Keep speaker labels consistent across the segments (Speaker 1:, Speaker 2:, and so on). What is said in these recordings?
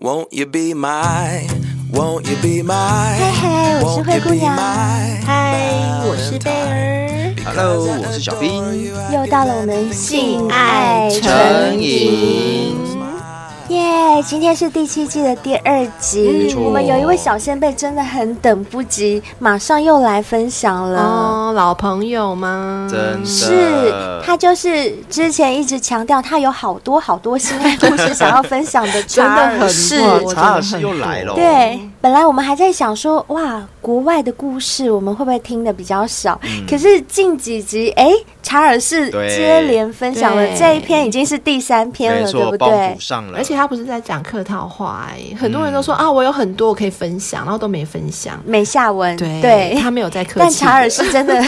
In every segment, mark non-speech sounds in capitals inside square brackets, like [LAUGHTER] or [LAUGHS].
Speaker 1: Won't you be my? Won't you be my?
Speaker 2: 嗨嗨，我是
Speaker 1: Won't
Speaker 2: 灰
Speaker 1: you
Speaker 2: 姑
Speaker 1: be
Speaker 2: 娘。
Speaker 1: my
Speaker 2: 嗨，我是贝
Speaker 1: Valentine?
Speaker 2: 儿。
Speaker 3: Hello，我是小兵。
Speaker 2: 又到了我们性爱
Speaker 3: 成
Speaker 2: 瘾
Speaker 3: 瘾，
Speaker 2: 耶今天是第七季的第二集，
Speaker 3: 错
Speaker 2: 我们有一位小先辈真的很等不及，马上又来分享了。
Speaker 4: 哦，老朋友吗？
Speaker 3: 真的
Speaker 2: 是他就是之前一直强调他有好多好多性爱故事想要分享的
Speaker 4: 真
Speaker 2: 查
Speaker 4: 的
Speaker 2: 尔
Speaker 4: 很
Speaker 2: 斯
Speaker 4: 多
Speaker 3: 哇查尔斯又来了，，哦
Speaker 2: 对，本来我们还在想说，哇，国外的故事我们会不会听的比较少？可是近几集，哎，查尔士
Speaker 3: 嗯对
Speaker 2: 接连分享了
Speaker 4: 对
Speaker 2: 这一篇，已经是第三篇
Speaker 3: 没
Speaker 2: 了，对
Speaker 3: 错，
Speaker 2: 不
Speaker 3: 包
Speaker 2: 对
Speaker 3: 袱？上了，
Speaker 4: 而且他不是在讲客套话、哎，很多人都说、啊，我有很多我可以分享，然后都没分享。
Speaker 2: 没下文，对，
Speaker 4: 他没有在客气。
Speaker 2: 但查尔士真的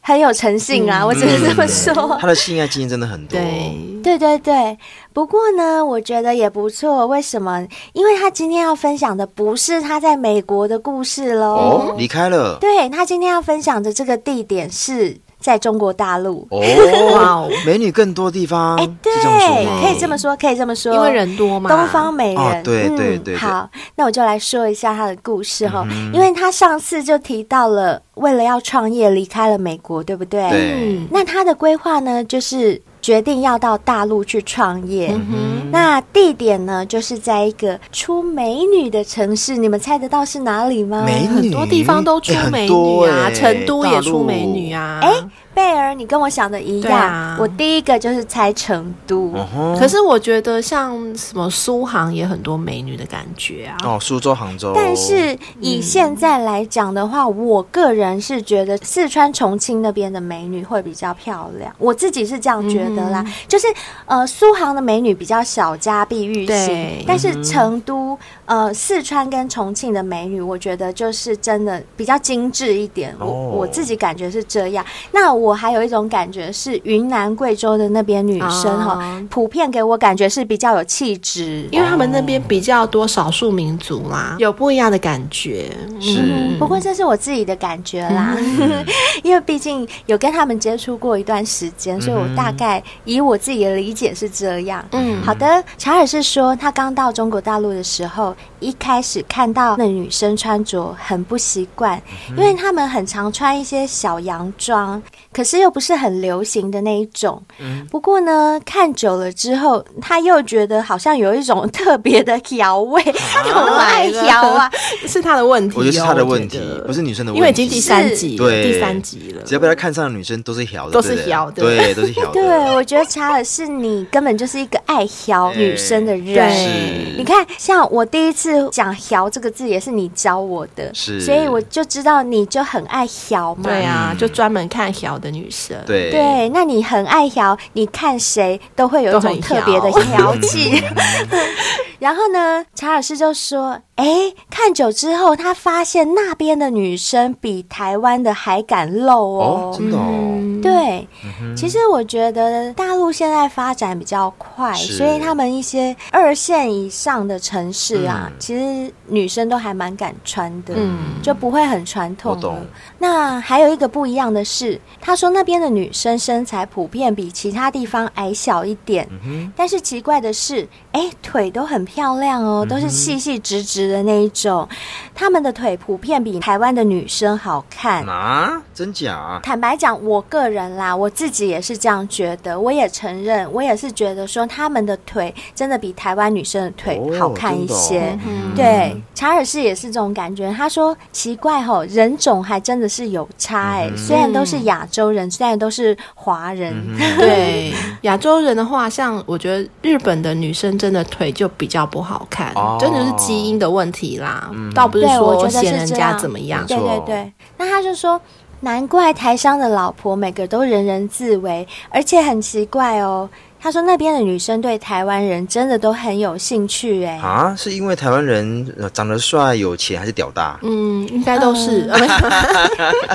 Speaker 2: 很有诚信
Speaker 4: 嗯
Speaker 2: 啊，我只能这么说。
Speaker 3: 他的性爱经验真的很多，
Speaker 4: 对，
Speaker 2: 对对对，不过呢，我觉得也不错。为什么？因为他今天要分享的不是他在美国的故事喽。
Speaker 3: 哦，离开了，
Speaker 2: 对他今天要分享的这个地点是在中国大陆。
Speaker 4: 哇
Speaker 3: 哦
Speaker 4: 哦，
Speaker 3: 美女更多地方，
Speaker 2: 哎、
Speaker 3: 哦是
Speaker 2: 对
Speaker 3: 这样说，吗？
Speaker 2: 可以这么说，可以这么说，
Speaker 4: [LAUGHS] 因为人多嘛。
Speaker 2: 东方美人，
Speaker 3: 哦对对对对嗯
Speaker 2: 嗯。好，那我就来说一下他的故事哈、因为他上次就提到了，为了要创业离开了美国，对不对？
Speaker 4: 嗯
Speaker 3: 对，
Speaker 2: 那他的规划呢，就是决定要到大陆去创业。
Speaker 4: 嗯
Speaker 2: 那地点呢，就是在一个出美女的城市，你们猜得到是哪里吗？
Speaker 3: 美女
Speaker 4: 很多地方都出
Speaker 3: 哎很
Speaker 4: 美
Speaker 3: 多
Speaker 4: 女啊，
Speaker 3: 哎
Speaker 4: 成都也
Speaker 3: 大
Speaker 4: 出
Speaker 3: 陆
Speaker 4: 美女啊。
Speaker 2: 哎、贝尔，你跟我想的一
Speaker 4: 对
Speaker 2: 样，
Speaker 4: 啊
Speaker 2: 我第一个就是猜成都。
Speaker 3: 嗯哼，
Speaker 4: 可是我觉得像什么苏杭也很多美女的感觉啊。
Speaker 3: 哦，苏州、杭州，
Speaker 2: 但是以现在来讲的话，我个人是觉得四川重庆那边的美女会比较漂亮，我自己是这样觉得啦。就是呃，苏杭的美女比较小家碧玉型
Speaker 4: 对，
Speaker 2: 但是成都、呃四川跟重庆的美女，我觉得就是真的比较精致一点。我、
Speaker 3: 哦
Speaker 2: 我自己感觉是这样。那我还有一种感觉是云南、贵州的那边女生哈、
Speaker 4: 哦
Speaker 2: 普遍给我感觉是比较有气质，
Speaker 4: 因为他们那边比较多少数民族嗯啦，有不一样的感觉。
Speaker 3: 是
Speaker 2: 不过这是我自己的感觉啦， [LAUGHS] 因为毕竟有跟他们接触过一段时间，所以我大概以我自己的理解是这样。
Speaker 4: 嗯，
Speaker 2: 好的，查尔是说他刚到中国大陆的时候，一开始看到那女生穿着很不习惯，因为他们很常穿一些小洋装，可是又不是很流行的那一种。不过呢，看久了之后，他又觉得好像有一种特别的调味， [LAUGHS] 他怎么那么爱调啊？
Speaker 4: 是他的问题哦，
Speaker 3: 我觉得是他的问题
Speaker 4: 我觉得，
Speaker 3: 不是女生的问题，
Speaker 4: 因为已经第三集了，
Speaker 3: 对
Speaker 4: 第三集了
Speaker 3: 只。要被他看上的女生都是屌的，
Speaker 4: 都是
Speaker 3: 对不对
Speaker 4: 屌的
Speaker 3: 对，都是屌的，
Speaker 2: 对，我觉得查尔是你根本就是一个爱撩女生的人。
Speaker 4: 对
Speaker 3: 是
Speaker 2: 你看，像我第一次讲“撩”这个字也是你教我的，
Speaker 3: 是
Speaker 2: 所以我就知道你就很爱撩嘛。
Speaker 4: 对啊，就专门看小的女生。，
Speaker 2: [LAUGHS]
Speaker 3: 对
Speaker 2: 对，那你很爱撩，你看谁都会有一种特别的
Speaker 4: 都
Speaker 2: 撩气。 [LAUGHS] 然后呢，查尔斯就说：“哎，看久之后，他发现那边的女生比台湾的还敢露
Speaker 3: 哦，真的哦，
Speaker 2: 对，其实我觉得大陆现在发展比较快，
Speaker 3: 是
Speaker 2: 所以他们一些二线以上的城市啊，
Speaker 3: 嗯
Speaker 2: 其实女生都还蛮敢穿的，
Speaker 4: 嗯
Speaker 2: 就不会很传
Speaker 3: 我
Speaker 2: 统了
Speaker 3: 懂。，
Speaker 2: 那还有一个不一样的是，他说那边的女生身材普遍比其他地方矮小一点，
Speaker 3: 嗯哼
Speaker 2: 但是奇怪的是，哎，腿都很漂亮
Speaker 3: 嗯
Speaker 2: 哦，都是细细直直的那一种，她们的腿普遍比台湾的女生好看。
Speaker 3: 啊，真假？
Speaker 2: 坦白讲，我个人啦，我自己也是这样觉得，我也承认，我也是觉得说他们的腿真的比台湾女生的腿
Speaker 3: 哦
Speaker 2: 好看一些。
Speaker 3: 真的哦
Speaker 4: 嗯，
Speaker 2: 对，查尔斯也是这种感觉。他说：“奇怪吼、人种还真的是有差
Speaker 3: 嗯
Speaker 2: 哎、虽然都是亚洲人，虽然都是华人，
Speaker 3: 嗯
Speaker 4: 对，亚洲人的话，像我觉得日本的女生真的腿就比较不好看，
Speaker 3: 哦嗯
Speaker 4: 真的是基因的问题啦，倒不是
Speaker 2: 对我觉
Speaker 4: 说
Speaker 2: 得是
Speaker 4: 嫌人
Speaker 2: 这样
Speaker 4: 家怎么样
Speaker 3: 没。
Speaker 2: 对
Speaker 3: 错
Speaker 2: 对对。”那他就说。难怪台商的老婆每个都人人自危，而且很奇怪哦。他说那边的女生对台湾人真的都很有兴趣哎、
Speaker 3: 啊，是因为台湾人呃长得帅、有钱，还是屌大？
Speaker 4: 嗯，应该都是。呃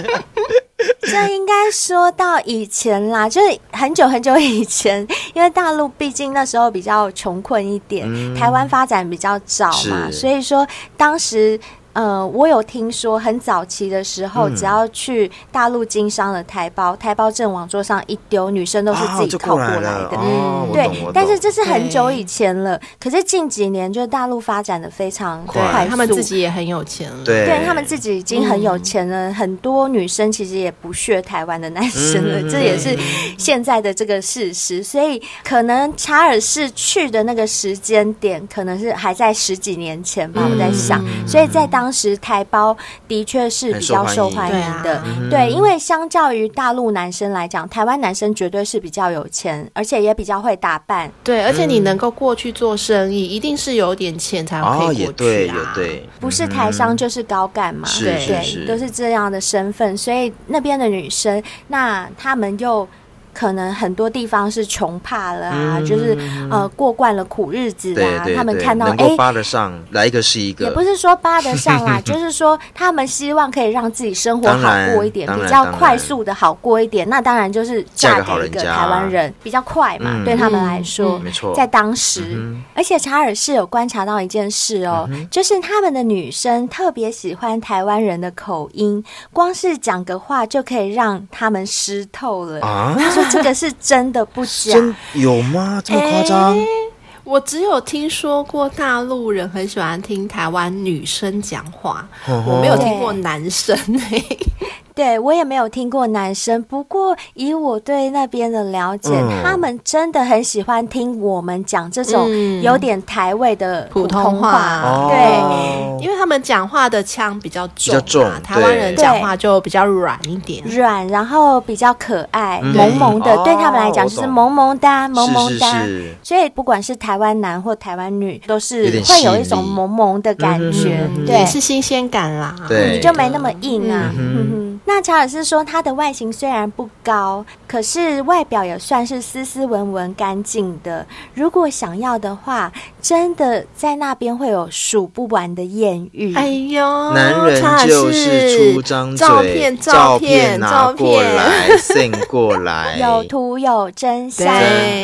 Speaker 2: 这应该说到以前啦，就是很久很久以前，因为大陆毕竟那时候比较穷困一点，台湾发展比较早嘛，
Speaker 3: 嗯是
Speaker 2: 所以说当时。呃，我有听说很早期的时候，只
Speaker 3: 嗯
Speaker 2: 要去大陆经商的台胞，台胞证往桌上一丢，女生都是自
Speaker 3: 啊
Speaker 2: 己
Speaker 3: 就
Speaker 2: 靠
Speaker 3: 过
Speaker 2: 过
Speaker 3: 来
Speaker 2: 来
Speaker 3: 了
Speaker 2: 的。嗯
Speaker 3: 哦，我
Speaker 2: 对
Speaker 3: 懂我，
Speaker 2: 但是
Speaker 3: 懂
Speaker 2: 这是很久
Speaker 4: 对
Speaker 2: 以前了。可是近几年，就大陆发展的非常
Speaker 3: 快
Speaker 2: 快速，
Speaker 4: 他们自己也很有钱了。
Speaker 3: 对
Speaker 2: 对他们自己已经很有钱了，很多女生其实也不屑台湾的男生了，
Speaker 3: 嗯
Speaker 2: 这也是现在的这个事实。所以可能查尔斯去的那个时间点，可能是还在十几年前
Speaker 3: 嗯
Speaker 2: 吧，我在想。所以在当时台胞的确是比较受欢迎的，
Speaker 3: 迎对啊
Speaker 2: 对，因为相较于大陆男生来讲，台湾男生绝对是比较有钱，而且也比较会打扮。
Speaker 4: 对，而
Speaker 3: 嗯
Speaker 4: 且你能够过去做生意，一定是有点钱才
Speaker 3: 哦
Speaker 4: 可以
Speaker 3: 也
Speaker 4: 过
Speaker 3: 对
Speaker 4: 去
Speaker 3: 也
Speaker 4: 啊。
Speaker 3: 对，
Speaker 2: 不是台商就是高干嘛，
Speaker 3: 嗯是
Speaker 4: 对
Speaker 3: 是
Speaker 2: 对，
Speaker 3: 是，
Speaker 2: 都是这样的身份，所以那边的女生，那她们又可能很多地方是穷怕了啊，
Speaker 3: 嗯
Speaker 2: 就是呃过惯了苦日子
Speaker 3: 对
Speaker 2: 啦、
Speaker 3: 对
Speaker 2: 她们
Speaker 3: 对
Speaker 2: 看到
Speaker 3: 能
Speaker 2: 哎。
Speaker 3: 够扒得上，来一个是一个，
Speaker 2: 也不是说扒得上
Speaker 3: [LAUGHS]
Speaker 2: 啦，就是说她们希望可以让自己生活
Speaker 3: 当
Speaker 2: 好
Speaker 3: 然
Speaker 2: 过一点，
Speaker 3: 当
Speaker 2: 比
Speaker 3: 然
Speaker 2: 较
Speaker 3: 当
Speaker 2: 快
Speaker 3: 然
Speaker 2: 速的好过一点。那当然就是
Speaker 3: 嫁
Speaker 2: 嫁
Speaker 3: 个好
Speaker 2: 给一
Speaker 3: 人
Speaker 2: 个
Speaker 3: 家
Speaker 2: 台湾人比较快嘛，
Speaker 3: 嗯
Speaker 2: 对他们
Speaker 4: 嗯
Speaker 2: 来说，
Speaker 4: 嗯
Speaker 3: 没错，
Speaker 2: 在当时，
Speaker 3: 嗯
Speaker 2: 而且查尔斯有观察到一件事哦，就是他们的女生特别喜欢台湾人的口音，光是讲个话就可以让他们湿透了。
Speaker 3: 啊，
Speaker 2: 他说这个是啊哎真的不假，
Speaker 3: 真有吗？这么夸张？
Speaker 4: 我只有听说过大陆人很喜欢听台湾女生讲话，
Speaker 3: 哦
Speaker 4: 我没有听过男生、
Speaker 2: [LAUGHS]
Speaker 4: 欸。
Speaker 2: 对我也没有听过男生，不过以我对那边的了解，
Speaker 3: 嗯
Speaker 2: 他们真的很喜欢听我们讲这种
Speaker 4: 嗯
Speaker 2: 有点台味的
Speaker 4: 普
Speaker 2: 通
Speaker 4: 通
Speaker 2: 话。
Speaker 4: 话
Speaker 3: 哦
Speaker 2: 对
Speaker 4: 因为他们讲话的腔比较重、啊，
Speaker 3: 比较重
Speaker 4: 台湾人
Speaker 2: 对
Speaker 4: 讲话就比较软一点。
Speaker 2: 软，然后比较可爱，
Speaker 3: 嗯
Speaker 2: 萌萌的，
Speaker 3: 对
Speaker 2: 对他们来讲
Speaker 3: 哦
Speaker 2: 就是萌萌哒，萌萌哒。
Speaker 3: 是是是
Speaker 2: 所以不管是台湾男或台湾女，都
Speaker 3: 有
Speaker 2: 是
Speaker 3: 点
Speaker 2: 会有
Speaker 3: 吸
Speaker 2: 一
Speaker 3: 引
Speaker 2: 种
Speaker 3: 力
Speaker 2: 萌萌的感觉，
Speaker 3: 嗯
Speaker 2: 对
Speaker 4: 也。是新鲜感啦。
Speaker 3: 对
Speaker 2: 你就没那么硬啊。
Speaker 3: 嗯
Speaker 2: 哼哼那查尔斯说，他的外形虽然不高，可是外表也算是斯斯文文、干净的。如果想要的话，真的在那边会有数不完的艳遇。
Speaker 4: 哎呦，
Speaker 2: 哦
Speaker 3: 男
Speaker 4: 查
Speaker 3: 人
Speaker 4: 尔
Speaker 3: 就是
Speaker 4: 斯
Speaker 3: 出张嘴，
Speaker 4: 照片
Speaker 3: 照
Speaker 4: 片
Speaker 3: 拿
Speaker 4: 照
Speaker 3: 过
Speaker 2: [LAUGHS]
Speaker 3: 来，send 过来，
Speaker 2: 有图有真相，
Speaker 4: 对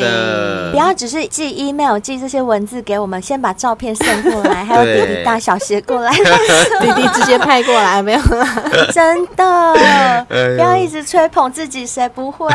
Speaker 3: 真的
Speaker 2: 不要只是寄 email 寄这些文字给我们，先把照片送过来，还有
Speaker 3: 对
Speaker 2: 弟弟大小写过
Speaker 3: [LAUGHS]
Speaker 2: 来，
Speaker 4: 弟弟直接派过来没有啦？
Speaker 2: 真的，
Speaker 3: 哎呦
Speaker 2: 不要一直吹捧自己，谁不会？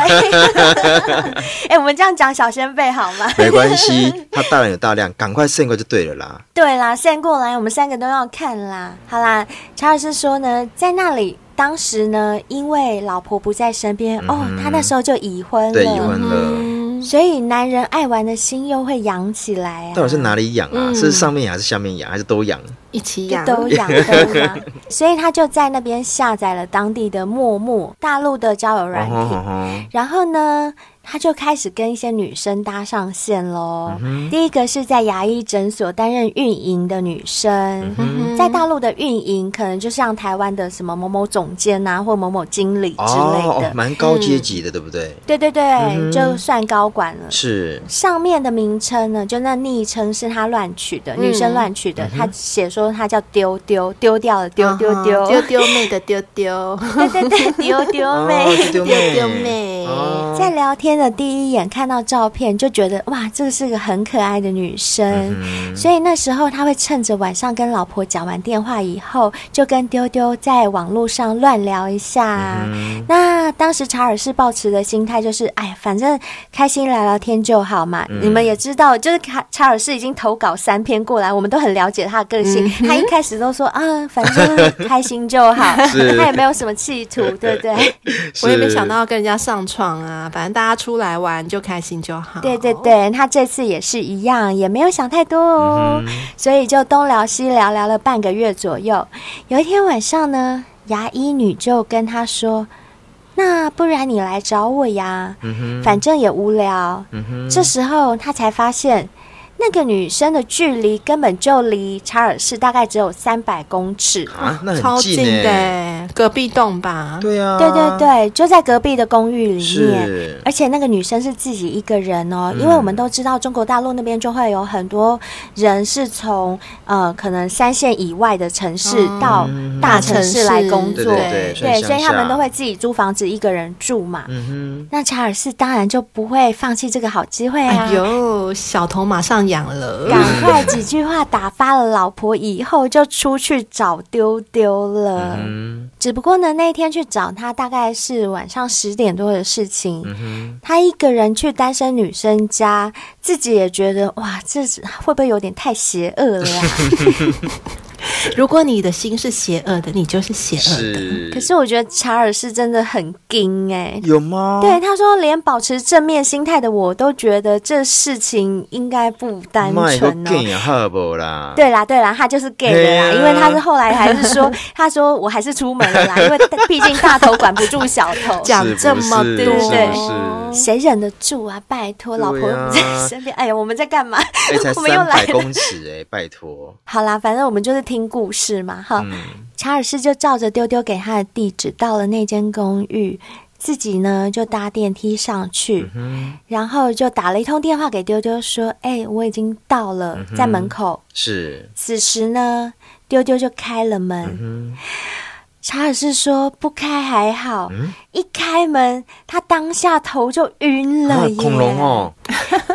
Speaker 2: [LAUGHS] 哎、我们这样讲小先辈好吗？
Speaker 3: [LAUGHS] 没关系，他大量有大量，赶快 send 过就对了啦。
Speaker 2: 对啦，send 过来，我们三个都要看啦。好啦，查尔斯说呢，在那里。当时呢，因为老婆不在身边，哦，他那时候就已婚了，
Speaker 3: 嗯对，已婚了，
Speaker 4: 嗯
Speaker 2: 所以男人爱玩的心又会痒起来啊。
Speaker 3: 到底是哪里痒啊？是上面痒还是下面痒，还是都痒？
Speaker 4: 一起
Speaker 2: 就
Speaker 4: 养。
Speaker 2: 都养都养， [LAUGHS] 所以他就在那边下载了当地的陌陌，大陆的交友软
Speaker 3: 哦吼
Speaker 2: 体
Speaker 3: 吼，吼
Speaker 2: 然后呢，他就开始跟一些女生搭上线喽。
Speaker 3: 嗯
Speaker 2: 第一个是在牙医诊所担任运营的女生，
Speaker 3: 嗯
Speaker 4: 嗯
Speaker 2: 在大陆的运营可能就像台湾的什么某某总监啊，或某某经理之类
Speaker 3: 哦
Speaker 2: 的，。
Speaker 3: 蛮高阶级的，对不对？
Speaker 2: 对对对，就算高管了。
Speaker 3: 是
Speaker 2: 上面的名称呢，就那昵称是他乱取的，女生乱取的。他写说他叫丢丢，丢掉了丢丢丢，
Speaker 4: 嗯丢丢妹的丢丢
Speaker 2: 对对对，丢丢妹。
Speaker 3: 哦丢丢妹，
Speaker 4: 丢妹
Speaker 3: 哦
Speaker 2: 在聊天的第一眼看到照片，就觉得哇，这是个很可爱的女生。
Speaker 3: 嗯
Speaker 2: 所以那时候他会趁着晚上跟老婆讲完电话以后，就跟丢丢在网络上乱聊一下。
Speaker 3: 嗯
Speaker 2: 那当时查尔斯抱持的心态就是，哎，反正开心聊聊天就好嘛。你们也知道，就是查查尔斯已经投稿三篇过来，我们都很了解他的个性。他一开始都说啊，反正开心就好， [LAUGHS]
Speaker 3: 是
Speaker 2: 他也没有什么企图，对不对？
Speaker 4: 我也没
Speaker 3: 是
Speaker 4: 想到要跟人家上床啊，反正大家出来玩就开心就好。
Speaker 2: 对对对，他这次也是一样，也没有想太多
Speaker 3: 嗯
Speaker 2: 哦，所以就东聊西聊，聊了半个月左右。有一天晚上呢，牙医女就跟他说：“那不然你来找我呀，
Speaker 3: 嗯
Speaker 2: 反正也无聊。这时候他才发现。那个女生的距离根本就离查尔斯大概只有三百公尺，
Speaker 3: 啊，那
Speaker 4: 超
Speaker 3: 很
Speaker 4: 近
Speaker 3: 欸
Speaker 4: 的、欸，隔壁栋吧。
Speaker 3: 对啊，
Speaker 2: 对对对，就在隔壁的公寓里面。
Speaker 3: 是
Speaker 2: 而且那个女生是自己一个人哦，因为我们都知道中国大陆那边就会有很多人是从呃可能三线以外的城市到大嗯城市来工作，
Speaker 3: 对对对所以乡
Speaker 2: 所以他们
Speaker 3: 下
Speaker 2: 都会自己租房子一个人住嘛。
Speaker 3: 嗯
Speaker 2: 那查尔斯当然就不会放弃这个好机会啊，
Speaker 4: 哎呦，小童马上痒了。
Speaker 2: 赶快几句话打发了老婆，以后就出去找丢丢了。
Speaker 3: 嗯
Speaker 2: 只不过呢，那一天去找他大概是晚上十点多的事情。
Speaker 3: 嗯
Speaker 2: 他一个人去单身女生家，自己也觉得哇，这是会不会有点太邪恶了啊呀、
Speaker 3: [LAUGHS]
Speaker 4: 如果你的心是邪恶的，你就是邪
Speaker 3: 哼，
Speaker 4: 恶的。
Speaker 3: 是。
Speaker 2: 可是我觉得查尔是真的很硬哎、
Speaker 3: 有吗？
Speaker 2: 对，，他说连保持正面心态的我都觉得这事情应该不单
Speaker 3: 卖个
Speaker 2: 纯哦。
Speaker 3: gay 好不啦？，
Speaker 2: 对啦，对啦，他就是 gay 的啦，
Speaker 3: 嘿啊
Speaker 2: 因为他是后来还是
Speaker 3: [LAUGHS]
Speaker 2: 说，他说我还是出门了啦，因为毕竟大头管不住小
Speaker 3: [LAUGHS]
Speaker 2: 头，
Speaker 4: 讲
Speaker 3: 是不
Speaker 4: 这么
Speaker 3: 是
Speaker 4: 多
Speaker 3: 是
Speaker 2: 对
Speaker 3: 不
Speaker 2: [LAUGHS]
Speaker 3: 是？
Speaker 2: 谁忍得住啊？拜托，
Speaker 3: 对啊
Speaker 2: 老婆不在身边，哎呀，我们在干嘛？
Speaker 3: 哎，才
Speaker 2: 我们又
Speaker 3: 三
Speaker 2: 来
Speaker 3: 百
Speaker 2: 了。
Speaker 3: 公尺哎，拜托，
Speaker 2: 好啦，反正我们就是听故事嘛，哈。
Speaker 3: 嗯，
Speaker 2: 查尔斯就照着丢丢给他的地址到了那间公寓，自己呢就搭电梯上
Speaker 3: 嗯
Speaker 2: 去，然后就打了一通电话给丢丢说：“哎、我已经到
Speaker 3: 嗯
Speaker 2: 了，在门口。 [LAUGHS]
Speaker 3: 是，
Speaker 2: 此时呢，丢丢就开了门。
Speaker 3: 嗯，
Speaker 2: 查尔斯说：“不开还好，
Speaker 3: 嗯
Speaker 2: 一开门，他当下头就晕
Speaker 3: 啊
Speaker 2: 了耶！
Speaker 3: 恐龙，哦，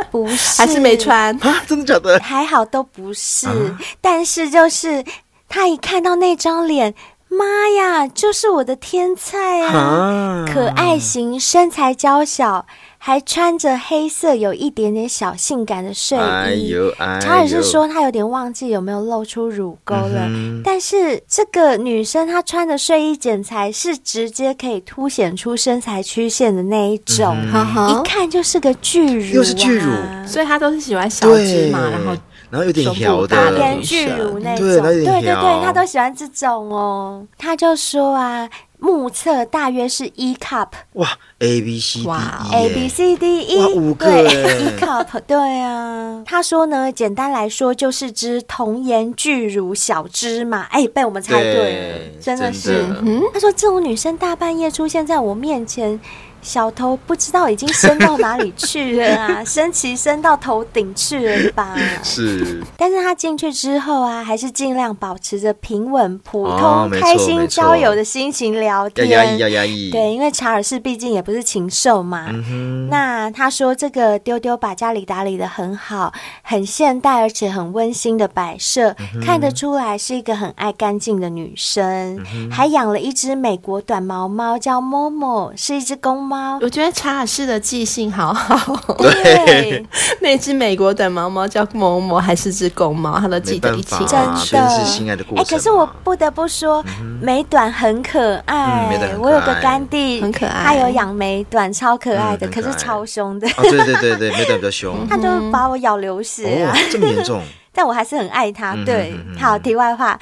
Speaker 2: 不是，
Speaker 4: 还是没穿，
Speaker 3: 啊，真的
Speaker 2: [LAUGHS]
Speaker 3: 假的？
Speaker 2: 还好都不是，
Speaker 3: 啊
Speaker 2: 但是就是他一看到那张脸，妈呀，就是我的天菜啊！
Speaker 3: 啊，
Speaker 2: 可爱型，身材娇小，还穿着黑色有一点点小性感的睡
Speaker 3: 哎
Speaker 2: 衣。
Speaker 3: 呦，哎呦，
Speaker 2: 查尔是说他有点忘记有没有露出乳沟了，
Speaker 3: 嗯哼
Speaker 2: 但是这个女生她穿的睡衣剪裁是直接可以凸显出身材曲线的那一种，
Speaker 3: 嗯
Speaker 4: 哈哈
Speaker 2: 一。看就是个巨乳、啊，
Speaker 3: 又是巨乳
Speaker 4: 所以他都是喜欢小
Speaker 3: 对
Speaker 4: 只嘛，然后
Speaker 3: 然后有点
Speaker 4: 胸部
Speaker 3: 摇
Speaker 4: 大
Speaker 3: 的，
Speaker 4: 点
Speaker 2: 连巨乳那种，
Speaker 3: 对那
Speaker 2: 对
Speaker 3: 有点
Speaker 2: 对
Speaker 3: 条
Speaker 2: 对，他都喜欢这种哦。他就说啊，目测大约是一 cup
Speaker 3: 哇，A B C D
Speaker 4: 哇
Speaker 3: E
Speaker 2: A B C D
Speaker 3: 哇
Speaker 2: E，
Speaker 3: 五个
Speaker 2: 对
Speaker 3: 欸
Speaker 2: [LAUGHS] 一 cup，对啊。他说呢，简单来说就是只童颜巨乳小芝麻，哎，被我们猜对
Speaker 3: 对
Speaker 2: 了，真的
Speaker 3: 真
Speaker 2: 是
Speaker 3: 的。
Speaker 4: 嗯，
Speaker 2: 他说这种女生大半夜出现在我面前。小头不知道已经升到哪里去了
Speaker 3: [LAUGHS]
Speaker 2: 啊，升旗升到头顶去了吧？
Speaker 3: 是
Speaker 2: 但是他进去之后啊，还是尽量保持着平稳、普
Speaker 3: 哦
Speaker 2: 通、
Speaker 3: 没错
Speaker 2: 开心交友的心情聊
Speaker 3: 要
Speaker 2: 天。
Speaker 3: 压抑，要压抑，
Speaker 2: 对，因为查尔斯毕竟也不是禽兽嘛。
Speaker 3: 嗯
Speaker 2: 那他说这个丢丢把家里打理的很好，很现代而且很温馨的摆设，
Speaker 3: 嗯
Speaker 2: 看得出来是一个很爱干净的女生，
Speaker 3: 嗯
Speaker 2: 还养了一只美国短毛猫叫 Momo，是一只公
Speaker 3: [LAUGHS]
Speaker 2: 猫。
Speaker 4: 我觉得查尔斯的记性好好。 [LAUGHS]
Speaker 3: [LAUGHS]
Speaker 2: 对，
Speaker 4: 那只美国短毛猫叫某某，还是只公猫，它都
Speaker 3: 哼，没
Speaker 4: 记得
Speaker 3: 办
Speaker 4: 一
Speaker 3: 法
Speaker 4: 清
Speaker 3: 啊，
Speaker 2: 真
Speaker 4: 二
Speaker 2: 的
Speaker 4: 楚。
Speaker 3: 这是心爱的过
Speaker 2: 哎、
Speaker 3: 程嘛。啊
Speaker 2: 可是我不得不说，美短很可爱。
Speaker 3: 嗯美短很可爱
Speaker 2: 我有个干弟，
Speaker 4: 很可爱
Speaker 2: 他有养美短，超可爱的，
Speaker 3: 嗯很
Speaker 2: 可
Speaker 3: 可爱
Speaker 2: 是超凶的。
Speaker 3: 哦，对对对对，没得比较凶。
Speaker 2: [LAUGHS] 他都把我咬流血啊！
Speaker 3: 哦，这么
Speaker 2: [LAUGHS]
Speaker 3: 严重，
Speaker 2: 但我还是很爱它。
Speaker 3: 嗯
Speaker 2: 对
Speaker 3: 嗯嗯，嗯
Speaker 2: 好，题外话，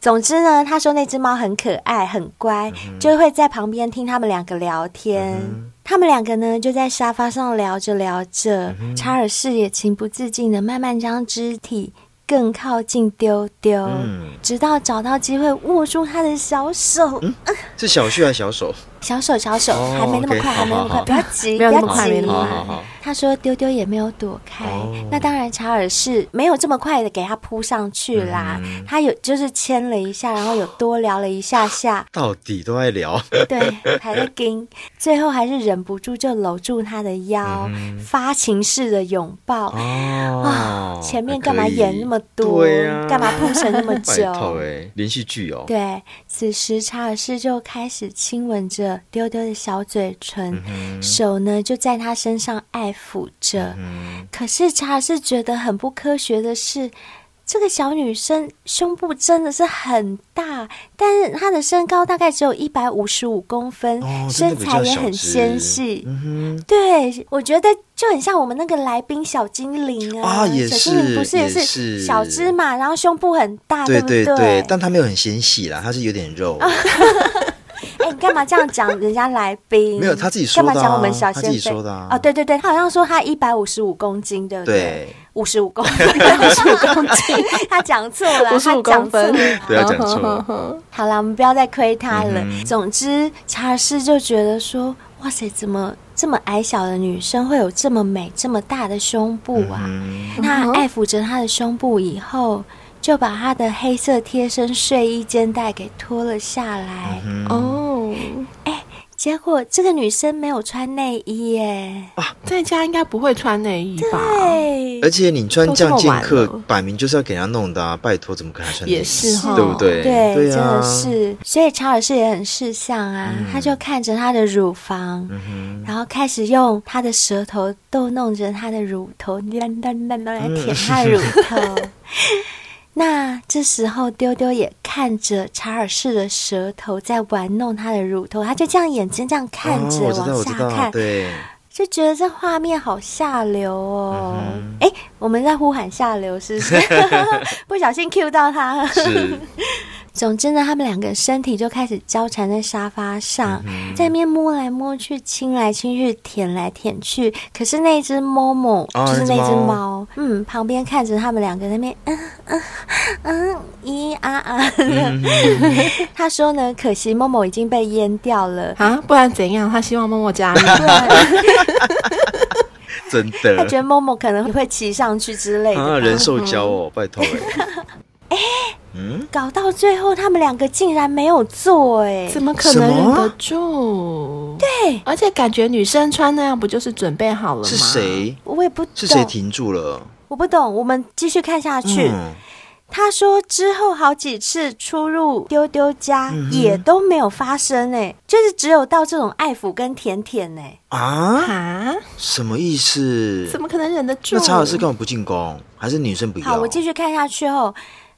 Speaker 2: 总之呢，他说那只猫很可爱，很乖，
Speaker 3: 嗯
Speaker 2: 就会在旁边听他们两个聊天。他们两个呢，就在沙发上聊着聊着，
Speaker 3: 嗯
Speaker 2: 查尔士也情不自禁的慢慢将肢体更靠近丢丢，
Speaker 3: 嗯
Speaker 2: 直到找到机会握住他的小手，
Speaker 3: 是小旭还是小手？
Speaker 2: 小手小手，
Speaker 3: 哦
Speaker 2: 还没那么
Speaker 3: OK，
Speaker 2: 快，还
Speaker 3: 好
Speaker 2: 没那么
Speaker 3: 好
Speaker 2: 快，
Speaker 3: 好
Speaker 2: 不要急，不
Speaker 4: 没有那
Speaker 2: 要
Speaker 4: 么快没
Speaker 2: 急
Speaker 4: 那么快
Speaker 3: 好好好。
Speaker 2: 他说丢丢也没有躲开，
Speaker 3: 哦，
Speaker 2: 那当然查尔是没有这么快的给他扑上去啦，他有就是牵了一下，然后有多聊了一下下
Speaker 3: [LAUGHS] 到底都爱聊，
Speaker 2: 对，还在跟，最后还是忍不住就搂住他的腰，发情式的拥抱。
Speaker 3: 嗯
Speaker 2: 啊
Speaker 3: 哦
Speaker 2: 前面干嘛演那么多？
Speaker 3: 对呀
Speaker 2: 干嘛铺成那么
Speaker 3: 拜
Speaker 2: 久？
Speaker 3: 托哎，连续剧哦，
Speaker 2: 对，此时查尔斯就开始亲吻着丢丢的小嘴
Speaker 3: 嗯
Speaker 2: 唇，手呢就在他身上爱抚着。
Speaker 3: 嗯
Speaker 2: 可是查尔斯觉得很不科学的是。这个小女生胸部真的是很大，但是她的身高大概只有一百五十五公分，
Speaker 3: 哦
Speaker 2: 身
Speaker 3: 真的比
Speaker 2: 材
Speaker 3: 较
Speaker 2: 也
Speaker 3: 小
Speaker 2: 很
Speaker 3: 只
Speaker 2: 纤细。
Speaker 3: 嗯
Speaker 2: 对，我觉得就很像我们那个来宾小精灵啊，
Speaker 3: 啊也
Speaker 2: 小精灵
Speaker 3: 是
Speaker 2: 不是也
Speaker 3: 也
Speaker 2: 是
Speaker 3: 是
Speaker 2: 小芝麻，然后胸部很大，
Speaker 3: 哼，对
Speaker 2: 不
Speaker 3: 对，但他没有很纤细啦，他是有
Speaker 2: [LAUGHS]
Speaker 3: 点肉，
Speaker 2: 哎、你干嘛这样讲人家来宾？
Speaker 3: 没有他自己说的啊
Speaker 2: 干嘛讲我们小先
Speaker 3: 他
Speaker 2: 辈？
Speaker 3: 自己说的啊
Speaker 2: 哦，对对对，他好像说他一百五十五公斤，对不对
Speaker 3: 对？
Speaker 2: 五十五公分，五十五公斤，他讲错 [LAUGHS] 了，
Speaker 4: 五十五
Speaker 2: 啊他讲错
Speaker 4: 公分哦
Speaker 2: 了。，
Speaker 3: 对啊讲错
Speaker 4: [LAUGHS]
Speaker 3: 了
Speaker 2: 好啦，我们不要再亏他了。
Speaker 3: 嗯哼
Speaker 2: 总之，查尔斯就觉得说，哇塞，怎么这么矮小的女生会有这么美、这么大的胸部啊？
Speaker 3: 嗯，
Speaker 2: 那爱抚着她的胸部以后，就把她的黑
Speaker 3: 嗯
Speaker 2: 色贴身睡衣肩带给脱了下来。
Speaker 4: 哦，
Speaker 2: 这结果这个女生没有穿内衣耶，
Speaker 4: 在家应该不会穿内衣吧？
Speaker 2: 对
Speaker 3: 啊而，且你穿
Speaker 4: 都
Speaker 3: 这
Speaker 4: 这
Speaker 3: 样
Speaker 4: 么
Speaker 3: 剑
Speaker 4: 晚
Speaker 3: 客
Speaker 4: 了，
Speaker 3: 摆明就是要给人家弄的啊！拜托，怎么可能还穿
Speaker 4: 也
Speaker 3: 内衣
Speaker 4: 是哈。
Speaker 3: 对不对？
Speaker 2: 对，
Speaker 3: 对
Speaker 2: 真
Speaker 3: 啊，嗯
Speaker 2: 的是，所以查尔斯也很识相啊，他就看着她的乳房，然后开始用他的舌头逗弄着她的乳头，啦啦啦啦来
Speaker 3: 嗯
Speaker 2: 舔她的乳头。
Speaker 3: [LAUGHS]
Speaker 2: 那这时候，丢丢也看着查尔士的舌头在玩弄他的乳头，他就这样眼睛这样看
Speaker 3: 哦
Speaker 2: 着、
Speaker 3: 我知道，
Speaker 2: 往
Speaker 3: 我知
Speaker 2: 下
Speaker 3: 道，
Speaker 2: 看，
Speaker 3: 对，
Speaker 2: [LAUGHS] 就觉得这画面好下流哦。
Speaker 3: 嗯
Speaker 2: 哎、我们在呼喊下流是不
Speaker 3: [LAUGHS]
Speaker 2: 是？不小心 cue 到他了。
Speaker 3: 是，
Speaker 2: 总之呢，他们两个身体就开始交缠在沙发上，
Speaker 3: 嗯
Speaker 2: 在那边摸来摸去、亲来亲去、舔来舔去。可是那只猫某、
Speaker 3: 哦
Speaker 2: 就是那
Speaker 3: 那只
Speaker 2: 只
Speaker 3: 猫
Speaker 2: 猫，嗯，旁边看着他们两个在那边，嗯嗯嗯，咦啊啊的。
Speaker 3: 嗯
Speaker 2: [LAUGHS] 他说呢，可惜某某已经被淹掉了
Speaker 4: 啊，不然怎样？他希望默默加入
Speaker 2: 不然
Speaker 3: 真
Speaker 2: 他
Speaker 3: 的
Speaker 2: 觉得嗯某某可能会骑上去之类的吧，
Speaker 3: 啊，人兽交哦，
Speaker 2: [LAUGHS]
Speaker 3: 拜托哎，
Speaker 2: 搞到最后，他们两个竟然没有做、哎，
Speaker 4: 怎么可能忍得住？对，而且感觉女生穿那样不就是准备好了吗？
Speaker 3: 是？谁？
Speaker 2: 我也不懂，
Speaker 3: 是谁停住了？
Speaker 2: 我不懂。我们继续看下去。
Speaker 3: 嗯
Speaker 2: 他说之后好几次出入丢丢家、
Speaker 3: 嗯
Speaker 2: 也都没有发生哎、就是只有到这种爱抚跟舔舔哎、
Speaker 3: 啊，
Speaker 4: 啊？
Speaker 3: 什么意思？
Speaker 4: 怎么可能忍得住？
Speaker 3: 那查尔斯干嘛不进攻？还是女生不要？
Speaker 2: 好，我继续看下去后，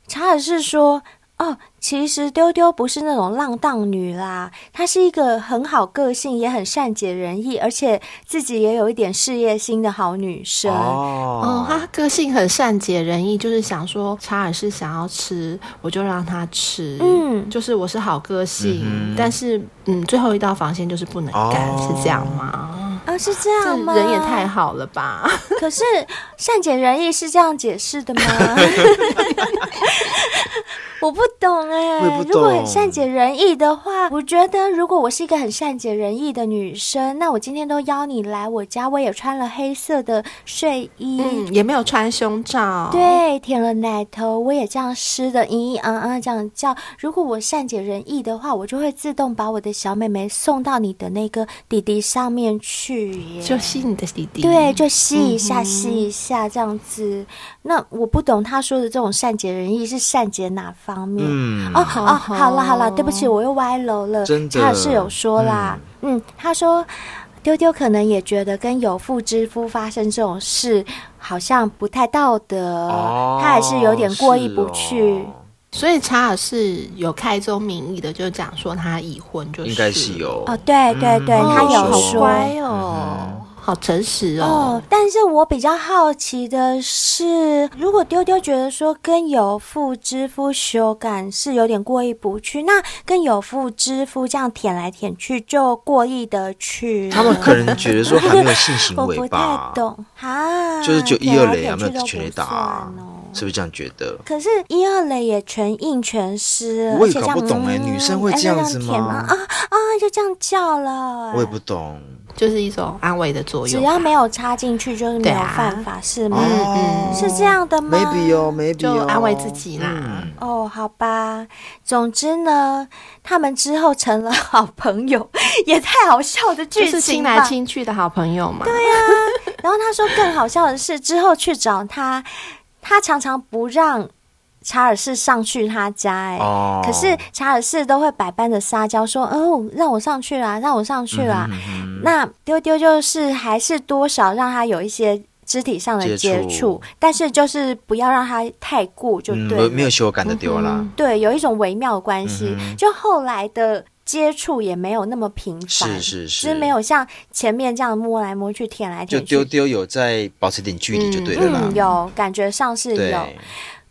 Speaker 2: 查尔斯说。哦，其实丢丢不是那种浪荡女啦，她是一个很好个性，也很善解人意，而且自己也有一点事业心的好女生。
Speaker 4: 哦
Speaker 3: 哦，，
Speaker 4: 他个性很善解人意，就是想说查尔斯想要吃，我就让他吃。
Speaker 2: 嗯
Speaker 4: 就是我是好个性，
Speaker 3: 嗯哼
Speaker 4: 但是嗯，最后一道防线就是不能干，
Speaker 3: 哦
Speaker 4: 是这样吗？
Speaker 2: 啊，是这
Speaker 4: 这
Speaker 2: 样吗？
Speaker 4: 人也太……好了吧？
Speaker 2: 可是善解人意是这样解释的吗？ [LAUGHS] 我不懂哎、
Speaker 3: 我也不
Speaker 2: 如果很
Speaker 3: 懂
Speaker 2: 善解人意的话，我觉得如果我是一个很善解人意的女生，那我今天都邀你来我家，我也穿了黑色的睡衣。
Speaker 4: 嗯，也没有穿胸罩。
Speaker 2: 对，舔了奶头，我也这样湿的，嘤嘤昂昂这样叫。如果我善解人意的话，我就会自动把我的小妹妹送到你的那个弟弟上面去耶。
Speaker 4: 就是你的弟弟。
Speaker 2: 对，就吸
Speaker 3: 嗯
Speaker 2: 一下，吸一下这样子。那我不懂他说的这种善解人意是善解哪方面？
Speaker 3: 嗯
Speaker 2: 哦哦，好了好了，对不起，我又歪楼了。
Speaker 3: 真的
Speaker 2: 查尔斯有说啦，嗯他说丢丢可能也觉得跟有妇之夫发生这种事好像不太道德，
Speaker 3: 哦
Speaker 2: 他还是有点过意不去。
Speaker 3: 是哦
Speaker 4: 所以查尔斯有开宗明义的，就讲说他已婚，就是
Speaker 3: 应该是有
Speaker 2: 哦，对
Speaker 3: 嗯
Speaker 2: 对对，
Speaker 4: 哦
Speaker 2: 他有
Speaker 4: 好
Speaker 2: 说。
Speaker 4: 乖哦，好诚实
Speaker 2: 哦
Speaker 4: 哦。，
Speaker 2: 但是我比较好奇的是，如果丢丢觉得说跟有妇之夫修改是有点过意不去，那跟有妇之夫这样舔来舔去就过意得去了。
Speaker 3: 他们可能觉得说还没有性行
Speaker 2: 我
Speaker 3: 为
Speaker 2: 不
Speaker 3: 吧
Speaker 2: 太，懂哈，
Speaker 3: 就是就一
Speaker 2: 舔
Speaker 3: 二
Speaker 2: 来
Speaker 3: 垒啊，
Speaker 2: 舔去
Speaker 3: 没有
Speaker 2: 都
Speaker 3: 全垒
Speaker 2: 不
Speaker 3: 打啊
Speaker 2: 算哦，
Speaker 3: 是不是这样觉得？
Speaker 2: 可是，一二垒也全硬全湿，
Speaker 3: 我也
Speaker 2: 而且这样
Speaker 3: 搞不懂欸
Speaker 2: 嗯
Speaker 3: 女生会
Speaker 2: 哎
Speaker 3: 这样子
Speaker 2: 就
Speaker 3: 吗
Speaker 2: 舔啊啊，就这样叫了。
Speaker 3: 我也不懂。
Speaker 4: 就是一种安慰的作
Speaker 2: 只
Speaker 4: 用。
Speaker 2: 要没有插进去，就是没
Speaker 4: 对
Speaker 2: 有
Speaker 4: 啊
Speaker 2: 犯法，是吗？
Speaker 3: 哦
Speaker 2: 嗯是这样的吗
Speaker 3: ？Maybe 哦，Maybe
Speaker 4: 就
Speaker 3: 哦
Speaker 4: 安慰自己啦
Speaker 3: 嗯
Speaker 2: 哦，好吧，总之呢，他们之后成了好朋友，也太好笑的
Speaker 4: 就
Speaker 2: 剧
Speaker 4: 是亲
Speaker 2: 情
Speaker 4: 来
Speaker 2: 吧。啊
Speaker 4: 亲去的好朋友嘛。对呀、
Speaker 2: 然后他说更好笑的是，之后去找他，他常常不让查尔斯上去他家、哎、
Speaker 3: 哦
Speaker 2: 可是查尔斯都会百般的撒娇说：“哦，让我上去啦，让我上去
Speaker 3: 嗯
Speaker 2: 啦。那丢丢就是还是多少让他有一些肢体上的接
Speaker 3: 接
Speaker 2: 触，
Speaker 3: 触
Speaker 2: 但是就是不要让他太过就
Speaker 3: 嗯，
Speaker 2: 对
Speaker 3: 没
Speaker 2: 了。嗯
Speaker 3: 有没有修改的丢啦，
Speaker 2: 对，有一种微妙的关系。
Speaker 3: 嗯
Speaker 2: 就后来的接触也没有那么频繁，
Speaker 3: 是是
Speaker 2: 嗯
Speaker 3: 是
Speaker 2: 就是没有像前面这样摸来摸去、舔来
Speaker 3: 就
Speaker 2: 舔去。
Speaker 3: 丢丢有在保持点距离就对了啦
Speaker 2: 嗯，。有感觉上是有。
Speaker 3: 对，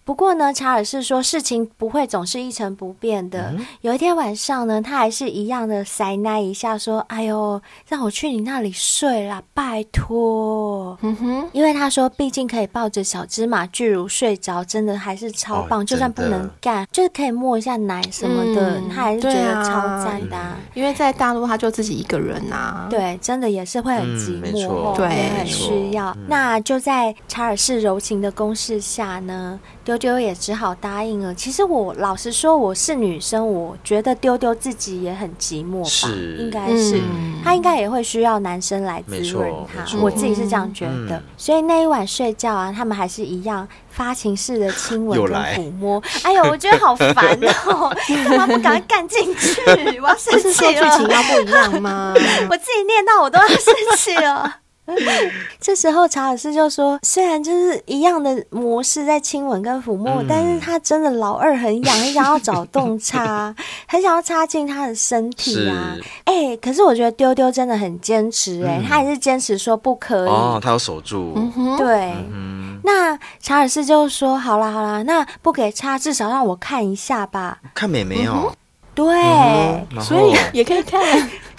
Speaker 2: 不过呢，查尔斯说事情不会总是一成不变
Speaker 3: 嗯
Speaker 2: 的。有一天晚上呢，他还是一样的塞奶一下，说：“哎呦，让我去你那里睡啦，拜托。”
Speaker 4: 嗯哼，
Speaker 2: 因为他说，毕竟可以抱着小芝麻巨乳睡着，真的还是超棒。
Speaker 3: 哦
Speaker 2: 就算不
Speaker 3: 真的
Speaker 2: 能干，就是可以摸一下奶什么的，
Speaker 4: 嗯
Speaker 2: 他还是觉
Speaker 4: 对
Speaker 2: 得
Speaker 4: 啊
Speaker 2: 超赞的啊、
Speaker 4: 因为在大陆他就自己一个人呐、啊。
Speaker 2: 对，真的也是会很
Speaker 3: 嗯
Speaker 2: 寂
Speaker 3: 没
Speaker 2: 寞
Speaker 3: 错，嗯
Speaker 2: 吼
Speaker 4: 对
Speaker 2: 也很
Speaker 4: 没
Speaker 3: 错
Speaker 2: 需要。那就在查尔斯柔情的攻势下呢，丢丢也只好答应了。其实我老实说，我是女生，我觉得丢丢自己也很寂寞吧，
Speaker 3: 是
Speaker 2: 应该是、
Speaker 4: 嗯
Speaker 2: 他应该也会需要男生来滋润
Speaker 3: 没
Speaker 2: 他
Speaker 3: 错，没
Speaker 2: 我自己是这样觉得。
Speaker 3: 嗯
Speaker 2: 所以那一晚睡觉啊，他们还是一样发情式的亲吻
Speaker 3: [LAUGHS] 又
Speaker 2: 跟
Speaker 3: 来
Speaker 2: 抚摸。哎呦，我觉得好烦
Speaker 3: [LAUGHS]
Speaker 2: 哦，干嘛不赶快干进去？我要生
Speaker 4: 不是说
Speaker 2: 气
Speaker 4: 剧
Speaker 2: 了
Speaker 3: 啊
Speaker 4: 情。要不一
Speaker 2: [LAUGHS]
Speaker 4: 样吗？
Speaker 2: 我自己念到我都要生气了。 [LAUGHS] 这时候查尔斯就说：“虽然就是一样的模式在亲吻跟抚摸，
Speaker 3: 嗯
Speaker 2: 但是他真的老二很痒，很想要找洞
Speaker 3: [LAUGHS]
Speaker 2: 插，很想要插进他的身体啊
Speaker 3: 是。
Speaker 2: 哎、可是我觉得丢丢真的很坚持、哎、
Speaker 3: 嗯
Speaker 2: 他还是坚持说不可以。
Speaker 3: 哦，他要守住，
Speaker 4: 嗯哼，
Speaker 2: 对，
Speaker 3: 嗯，
Speaker 2: 那查尔斯就说：好啦好啦，那不给插，至少让我看一下吧。
Speaker 3: 看美眉哦，
Speaker 2: 对。
Speaker 3: 嗯哼
Speaker 4: 所以
Speaker 3: 然后
Speaker 4: 也可以看。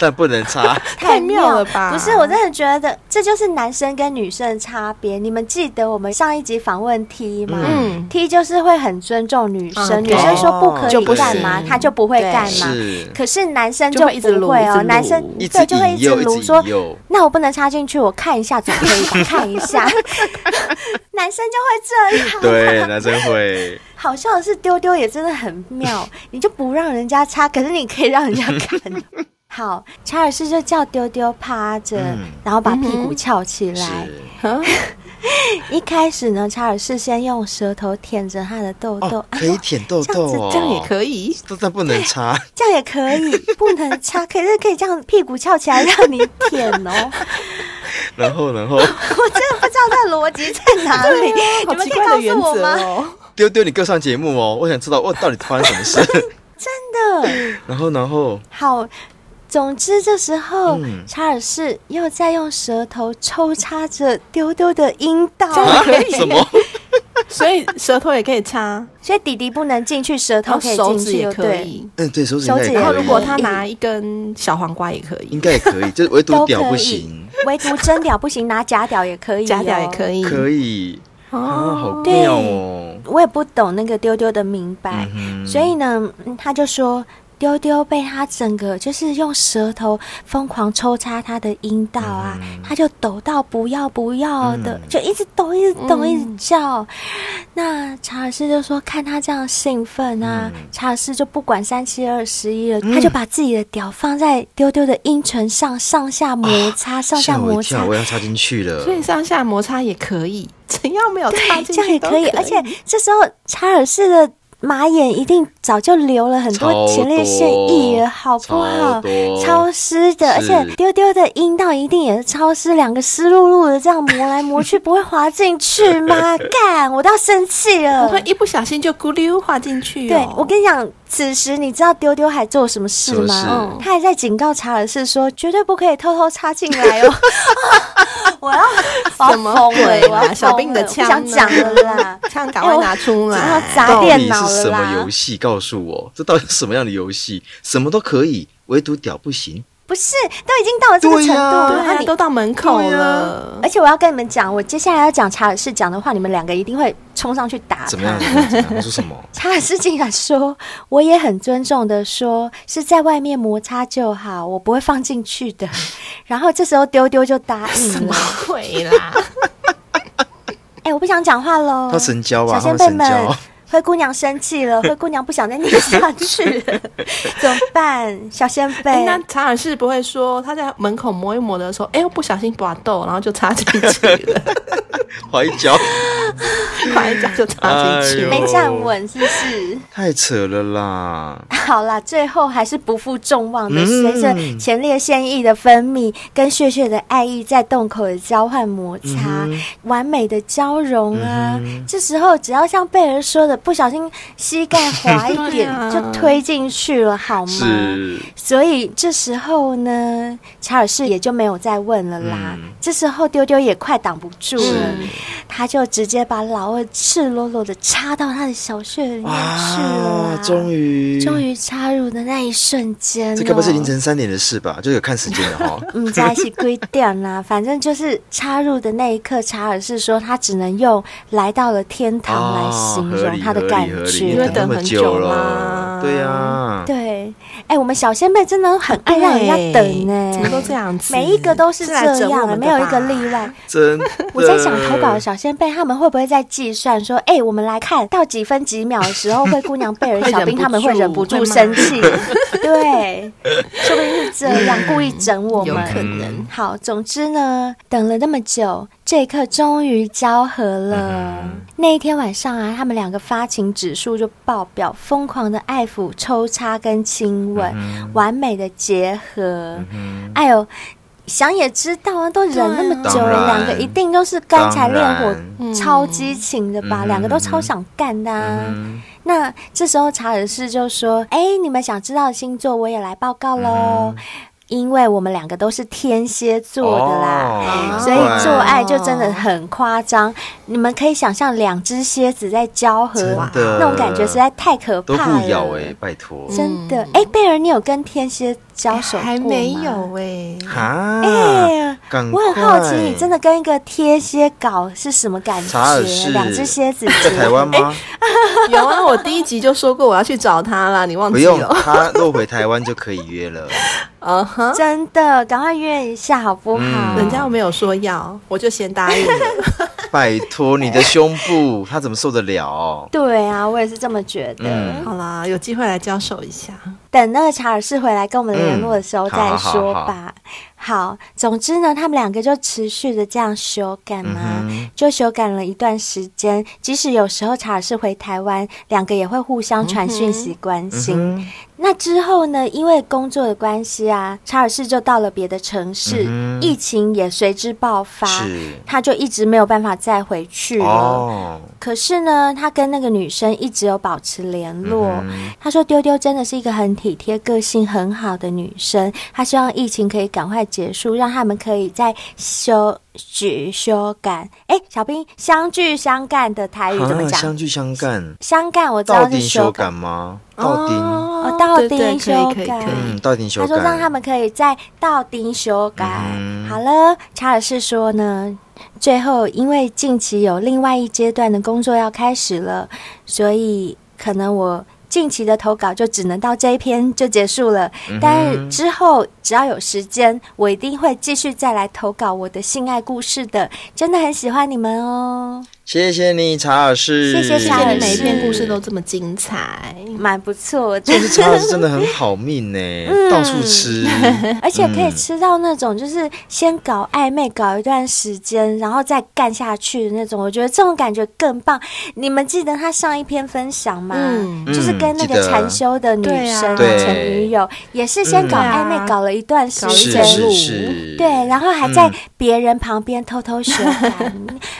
Speaker 3: 但不能插，
Speaker 4: 太妙了吧
Speaker 2: 不是，我真的觉得这就是男生跟女生的差别。你们记得我们上一集访问 T 吗？
Speaker 4: 嗯
Speaker 2: t 就是会很尊重女生，
Speaker 3: 啊
Speaker 4: 嗯
Speaker 2: 女生说不可
Speaker 4: 就
Speaker 2: 以
Speaker 4: 不
Speaker 2: 干嘛，
Speaker 3: 哦
Speaker 4: 行
Speaker 2: 他就不会
Speaker 4: 对
Speaker 2: 干嘛。
Speaker 3: 是
Speaker 2: 可是男生
Speaker 4: 就
Speaker 2: 就
Speaker 4: 会一直撸
Speaker 2: 不会
Speaker 4: 一直
Speaker 2: 哦，
Speaker 4: 撸
Speaker 2: 男生
Speaker 3: 一直
Speaker 2: 对就会
Speaker 3: 引诱，一
Speaker 2: 撸
Speaker 3: 直
Speaker 2: 说
Speaker 3: 引诱，
Speaker 2: 那我不能插进去，我看一下总可以吧？看一
Speaker 4: [LAUGHS]
Speaker 2: 下，男生就会这样。
Speaker 3: 对，男生会，
Speaker 2: 好笑的是，丢丢也真的很
Speaker 4: [LAUGHS]
Speaker 2: 妙，你就不让人家插，可是你可以让人家看。
Speaker 4: [LAUGHS]
Speaker 2: 好，查尔斯就叫丢丢趴着，
Speaker 3: 嗯
Speaker 2: 然后把屁股翘起来。
Speaker 3: 是
Speaker 4: 嗯
Speaker 2: 一开始呢，查尔斯先用舌头舔着他的痘痘，啊
Speaker 3: 哦，可以舔痘痘哦，
Speaker 4: 这样也可以，
Speaker 3: 但，但不能插，
Speaker 2: 这样也可
Speaker 4: [LAUGHS]
Speaker 2: 以，不能插，可是可以这样屁股翘起来让你舔
Speaker 4: [LAUGHS]
Speaker 2: 哦。
Speaker 3: 然后然后
Speaker 2: 我真的不知道这逻辑在哪里，
Speaker 4: 啊 [LAUGHS] 好
Speaker 2: 你们
Speaker 4: 奇
Speaker 2: 可以
Speaker 4: 怪的
Speaker 2: 告
Speaker 4: 原
Speaker 2: 诉我
Speaker 4: 则
Speaker 2: 吗？
Speaker 4: 哦。
Speaker 3: 丢丢你给我上节目哦，我想知道我到底发生什么事，
Speaker 2: 真的。
Speaker 3: 然后然后
Speaker 2: 好，总之这时候、
Speaker 3: 嗯
Speaker 2: 查尔斯又在用舌头抽插着丢丢的阴道，
Speaker 3: [LAUGHS]
Speaker 4: 样可以
Speaker 3: 啊什么？
Speaker 4: 所以舌头也可以
Speaker 2: [LAUGHS]
Speaker 4: 插，
Speaker 2: 所以弟弟不能进去，舌头
Speaker 4: 然后
Speaker 2: 哦可以
Speaker 4: 手
Speaker 2: 进
Speaker 4: 指
Speaker 2: 去，
Speaker 4: 也
Speaker 2: 就
Speaker 4: 可
Speaker 2: 对。哦
Speaker 4: 以。
Speaker 3: 嗯，对手指应
Speaker 2: 手
Speaker 3: 该
Speaker 2: 指
Speaker 3: 也
Speaker 2: 也
Speaker 4: 然后
Speaker 3: 可
Speaker 2: 可
Speaker 4: 如
Speaker 2: 以
Speaker 4: 果
Speaker 3: 以，
Speaker 4: 他拿一根小黄瓜也可
Speaker 3: 应
Speaker 4: 以，
Speaker 3: 该也可以，就是唯独
Speaker 2: 都
Speaker 3: 屌
Speaker 2: 可
Speaker 3: 不
Speaker 2: 以
Speaker 3: 行，，
Speaker 2: 唯独真屌不行，拿假屌也可以、啊
Speaker 4: 假屌也可
Speaker 2: 以。
Speaker 4: 以。啊
Speaker 3: 可以啊，好
Speaker 4: 哦，
Speaker 3: 妙哦，
Speaker 2: 我也不懂那个丢丢的明白，
Speaker 3: 嗯哼
Speaker 2: 所以呢，嗯他就说丢丢被他整个就是用舌头疯狂抽插他的阴道啊，他就抖到不要不要的，
Speaker 3: 嗯
Speaker 2: 就一直抖，一直抖，
Speaker 4: 嗯
Speaker 2: 一直叫。那查尔斯就说看他这样兴奋啊，
Speaker 3: 嗯
Speaker 2: 查尔斯就不管三七二十一了，他就把自己的屌放在丢丢的阴唇上，上下摩擦，上下
Speaker 3: 啊吓我
Speaker 2: 摩
Speaker 3: 一跳，
Speaker 2: 擦
Speaker 3: 我。要插进去了
Speaker 4: 所，以上下摩擦也可以， [LAUGHS] 只要没有插
Speaker 2: 对，
Speaker 4: 进
Speaker 2: 这样也
Speaker 4: 去都
Speaker 2: 可以。而且这时候查尔斯的马眼一定早就流了很多
Speaker 3: 超
Speaker 2: 前列腺液了，
Speaker 3: 多
Speaker 2: 好不好
Speaker 3: 超？多
Speaker 2: 超湿的，而
Speaker 3: 是
Speaker 2: 且丢丢的阴道一定也是超湿，两个湿漉漉的这样磨来磨去，不会滑进去吗？干，我都要生气
Speaker 4: 不
Speaker 2: 了
Speaker 4: 会。一不小心就咕溜滑进去、哦。
Speaker 2: 对，呃我跟你讲，此时你知道丢丢还做什么事
Speaker 3: 什么
Speaker 2: 吗？
Speaker 3: 事
Speaker 2: 嗯他还在警告查尔斯说，绝对不可以偷偷插进来哦。 [LAUGHS] 我要
Speaker 4: 什么鬼啦？小兵的枪
Speaker 2: 我
Speaker 4: 呢
Speaker 2: 不想讲了啦。
Speaker 4: [LAUGHS]
Speaker 2: 哎
Speaker 4: 枪赶快拿出
Speaker 2: 然后
Speaker 4: 来。
Speaker 2: 砸
Speaker 3: 啊到
Speaker 2: 电
Speaker 3: 底
Speaker 2: 脑了
Speaker 3: 是什么
Speaker 2: 啦
Speaker 3: 游！戏？告诉我，这到底是什么样的游戏？什么都可以，唯独屌不行。
Speaker 2: 不是，都已经到了这个程度
Speaker 4: 对
Speaker 2: 了，然
Speaker 4: 啊，
Speaker 2: 后你
Speaker 4: 都到门口了，
Speaker 2: 而且我要跟你们讲，我接下来要讲查尔斯讲的话，你们两个一定会冲上去打
Speaker 3: 怎么样？
Speaker 2: 他。
Speaker 3: 怎么样？怎么样他说什么？
Speaker 2: 查尔斯竟然说：“我也很尊重的说，是在外面摩擦就好，我不会放进去
Speaker 3: [LAUGHS]
Speaker 2: 的。”然后这时候丢丢就答
Speaker 4: 什
Speaker 2: 应
Speaker 4: 么
Speaker 2: 了。
Speaker 4: 鬼 [LAUGHS] 啦？
Speaker 2: 哎、我不想讲话喽。
Speaker 3: 他神交啊
Speaker 2: 小先
Speaker 3: 他
Speaker 2: 辈
Speaker 3: 神
Speaker 2: 们
Speaker 3: 交，
Speaker 2: 灰姑娘生气
Speaker 3: [LAUGHS]
Speaker 2: 了，灰姑娘不想再念下去了，怎么办？小先
Speaker 3: [LAUGHS]
Speaker 2: 辈，
Speaker 4: 哎那查尔斯不会说他在门口磨一磨的时候，哎、我不小心拔豆，然后就插进去了，
Speaker 3: 怀交，
Speaker 2: [LAUGHS]
Speaker 4: 把一脚就插进去了。
Speaker 2: 没
Speaker 3: 哎呦
Speaker 2: 站稳是不是？
Speaker 3: 太扯了啦！
Speaker 2: [LAUGHS] 好啦，最后还是不负众望的，
Speaker 3: 嗯
Speaker 2: 随着前列腺液的分泌跟血血的爱意在洞口的交换摩擦，
Speaker 3: 嗯
Speaker 2: 完美的交融啊！这时候只要像贝儿说的，不小心膝盖滑一
Speaker 4: [LAUGHS] 对
Speaker 2: 点、
Speaker 4: 啊
Speaker 2: 就推进去了，好吗？
Speaker 3: 是
Speaker 2: 所以这时候呢，查尔斯也就没有再问了啦。
Speaker 3: 嗯
Speaker 2: 这时候丢丢也快挡不住了，
Speaker 3: 是
Speaker 2: 他就直接把老二赤裸裸的插到他的小穴里面去了
Speaker 3: 哇
Speaker 2: 啦。，
Speaker 3: 终于
Speaker 2: 啊终，于插入的那一瞬间、哦，
Speaker 3: 嗯这该不是凌晨三点的事吧？就有看时间了哈。
Speaker 2: 嗯，在是规定啦，啊 [LAUGHS] 反正就是插入的那一刻，查尔斯说他只能用来到了天堂来
Speaker 3: 哦
Speaker 2: 形
Speaker 3: 合
Speaker 2: 容
Speaker 3: 理
Speaker 2: 他的
Speaker 3: 合理
Speaker 2: 感
Speaker 3: 合理
Speaker 2: 觉。
Speaker 4: 因为
Speaker 3: 等那
Speaker 4: 等
Speaker 3: 么
Speaker 4: 很久
Speaker 3: 久
Speaker 4: 啦
Speaker 3: 了，对呀，
Speaker 2: 对，哎、哎、我们小仙妹真的很爱让人家哎等呢、
Speaker 4: 怎么都这样子，
Speaker 2: 每一个都是
Speaker 4: 来
Speaker 2: 这
Speaker 4: 整我
Speaker 2: 样
Speaker 4: 们的，
Speaker 2: 没有一个
Speaker 4: 吧
Speaker 2: 例外。
Speaker 3: 真的。
Speaker 2: 我在想投稿的小先辈他们会不会在计算说，哎、我们来看到几分几秒的时候，灰姑娘贝尔
Speaker 4: 会忍
Speaker 2: 小兵
Speaker 4: 不
Speaker 2: 他们会
Speaker 4: 住
Speaker 2: 忍不住
Speaker 4: 会骂
Speaker 2: 生
Speaker 4: [LAUGHS]
Speaker 2: 气，对，说不定是这样故意整我
Speaker 4: 有
Speaker 2: 们。
Speaker 4: 可能。
Speaker 2: 好，总之呢，等了那么久，这一刻终于交合
Speaker 4: 嗯
Speaker 2: 了。那一天晚上啊，他们两个发情指数就爆表，疯狂的爱抚、抽插跟亲吻，
Speaker 4: 嗯
Speaker 2: 完美的结合。哎呦，想也知道啊，都忍那么久
Speaker 3: 对啊
Speaker 2: 了，两个一定都是干柴烈
Speaker 3: 当
Speaker 2: 火
Speaker 3: 然、
Speaker 4: 嗯
Speaker 2: 超激情的吧？
Speaker 3: 嗯
Speaker 2: 两个都超想干的、啊。那这时候查尔斯就说：“哎、你们想知道的星座，我也来报告
Speaker 3: 嗯
Speaker 2: 喽。因为我们两个都是天蝎座的啦，
Speaker 3: 哦
Speaker 2: 所
Speaker 3: 难怪
Speaker 2: 以做爱就真的很夸张。你们可以想象两只蝎子在交合
Speaker 3: 真，的
Speaker 2: 啊那种感觉实在太可
Speaker 3: 都
Speaker 2: 怕了。
Speaker 3: 互咬哎，拜托
Speaker 2: 真的。哎、贝尔，你有跟天蝎交手过吗
Speaker 4: 还没有嗯哎、
Speaker 3: 啊！
Speaker 2: 哎、
Speaker 3: 赶
Speaker 2: 我
Speaker 3: 快
Speaker 2: 很好奇，你真的跟一个贴蝎搞是什么感
Speaker 3: 查尔士
Speaker 2: 觉？两只蝎子
Speaker 3: 在台
Speaker 2: [LAUGHS]
Speaker 3: 湾吗？
Speaker 4: 有啊，我第一集就说过我要去找他啦，你忘
Speaker 3: 不
Speaker 4: 记
Speaker 3: 用，
Speaker 4: 了？
Speaker 3: 他若回台湾就可以约了。
Speaker 4: 嗯哼，
Speaker 2: 真的，赶快约一下好不好？
Speaker 3: 嗯
Speaker 4: 人家又没有说要，我就先答应了。 [LAUGHS]
Speaker 3: 拜托，你的胸部他怎么受得了？
Speaker 2: 对啊，我也是这么觉得。
Speaker 3: 嗯
Speaker 4: 好啦，有机会来交手一下。
Speaker 2: 等那个查尔斯回来跟我们联络的时候
Speaker 3: 嗯
Speaker 2: 再说
Speaker 3: 好好
Speaker 2: 吧。好总之呢，他们两个就持续的这样修改嘛，
Speaker 3: 嗯
Speaker 2: 就修改了一段时间。即使有时候查尔斯回台湾，两个也会互相传
Speaker 3: 嗯
Speaker 2: 讯息关心。那之后呢，因为工作的关系啊，查尔斯就到了别的城市，
Speaker 3: 嗯哼
Speaker 2: 疫情也随之爆发，
Speaker 3: 是
Speaker 2: 他就一直没有办法再回去了。
Speaker 3: 哦，
Speaker 2: 可是呢，他跟那个女生一直有保持联络。
Speaker 3: 嗯
Speaker 2: 他说：“丢丢真的是一个很体贴、个性很好的女生。他希望疫情可以赶快结束，让他们可以再休举修改。哎，小兵，相聚相干的台语怎么
Speaker 3: 啊，
Speaker 2: 讲？
Speaker 3: 相聚相干，
Speaker 2: 相干我知
Speaker 3: 到
Speaker 2: 道是
Speaker 3: 丁
Speaker 2: 修
Speaker 3: 修
Speaker 2: 改
Speaker 3: 改。吗？到丁，
Speaker 4: 哦
Speaker 2: 到
Speaker 4: 对对
Speaker 2: 丁
Speaker 4: 可以
Speaker 2: 修
Speaker 4: 可以
Speaker 2: 改
Speaker 4: 可以。
Speaker 3: 嗯，到丁修
Speaker 2: 他
Speaker 3: 改。
Speaker 2: 说让他们可以再到丁修改。
Speaker 3: 嗯
Speaker 2: 好了，查尔斯说呢，最后因为近期有另外一阶段的工作要开始了，所以可能我。近期的投稿就只能到这一篇就结束了，但是之后只要有时间，我一定会继续再来投稿我的性爱故事的。真的很喜欢你们哦，
Speaker 3: 谢谢你，查尔斯，
Speaker 2: 谢谢
Speaker 4: 谢
Speaker 2: 查
Speaker 4: 谢
Speaker 2: 尔
Speaker 4: 你每一
Speaker 2: 斯
Speaker 4: 篇故事都这么精彩，
Speaker 2: 蛮不错的
Speaker 3: [LAUGHS] 但。是查尔斯真的很好命
Speaker 2: 嗯
Speaker 3: 呢，到处
Speaker 2: [LAUGHS]
Speaker 3: 吃，
Speaker 2: 而且可以
Speaker 3: 嗯
Speaker 2: 吃到那种就是先搞暧昧搞一段时间，然后再干下去的那种，我觉得这种感觉更棒。你们记得他上一篇分享吗？
Speaker 4: 嗯
Speaker 2: 就是跟那
Speaker 3: 记
Speaker 2: 个
Speaker 3: 得
Speaker 2: 禅修的女
Speaker 4: 对啊
Speaker 2: 生、
Speaker 3: 对
Speaker 2: 前女友，也是先搞暧昧
Speaker 4: 嗯
Speaker 2: 搞了一段时
Speaker 4: 搞了一
Speaker 3: 是
Speaker 2: 间
Speaker 4: 段。
Speaker 3: 是
Speaker 4: 路
Speaker 3: 是，
Speaker 2: 对，然后还在
Speaker 3: 嗯
Speaker 2: 别人旁边偷偷学感，
Speaker 3: [LAUGHS]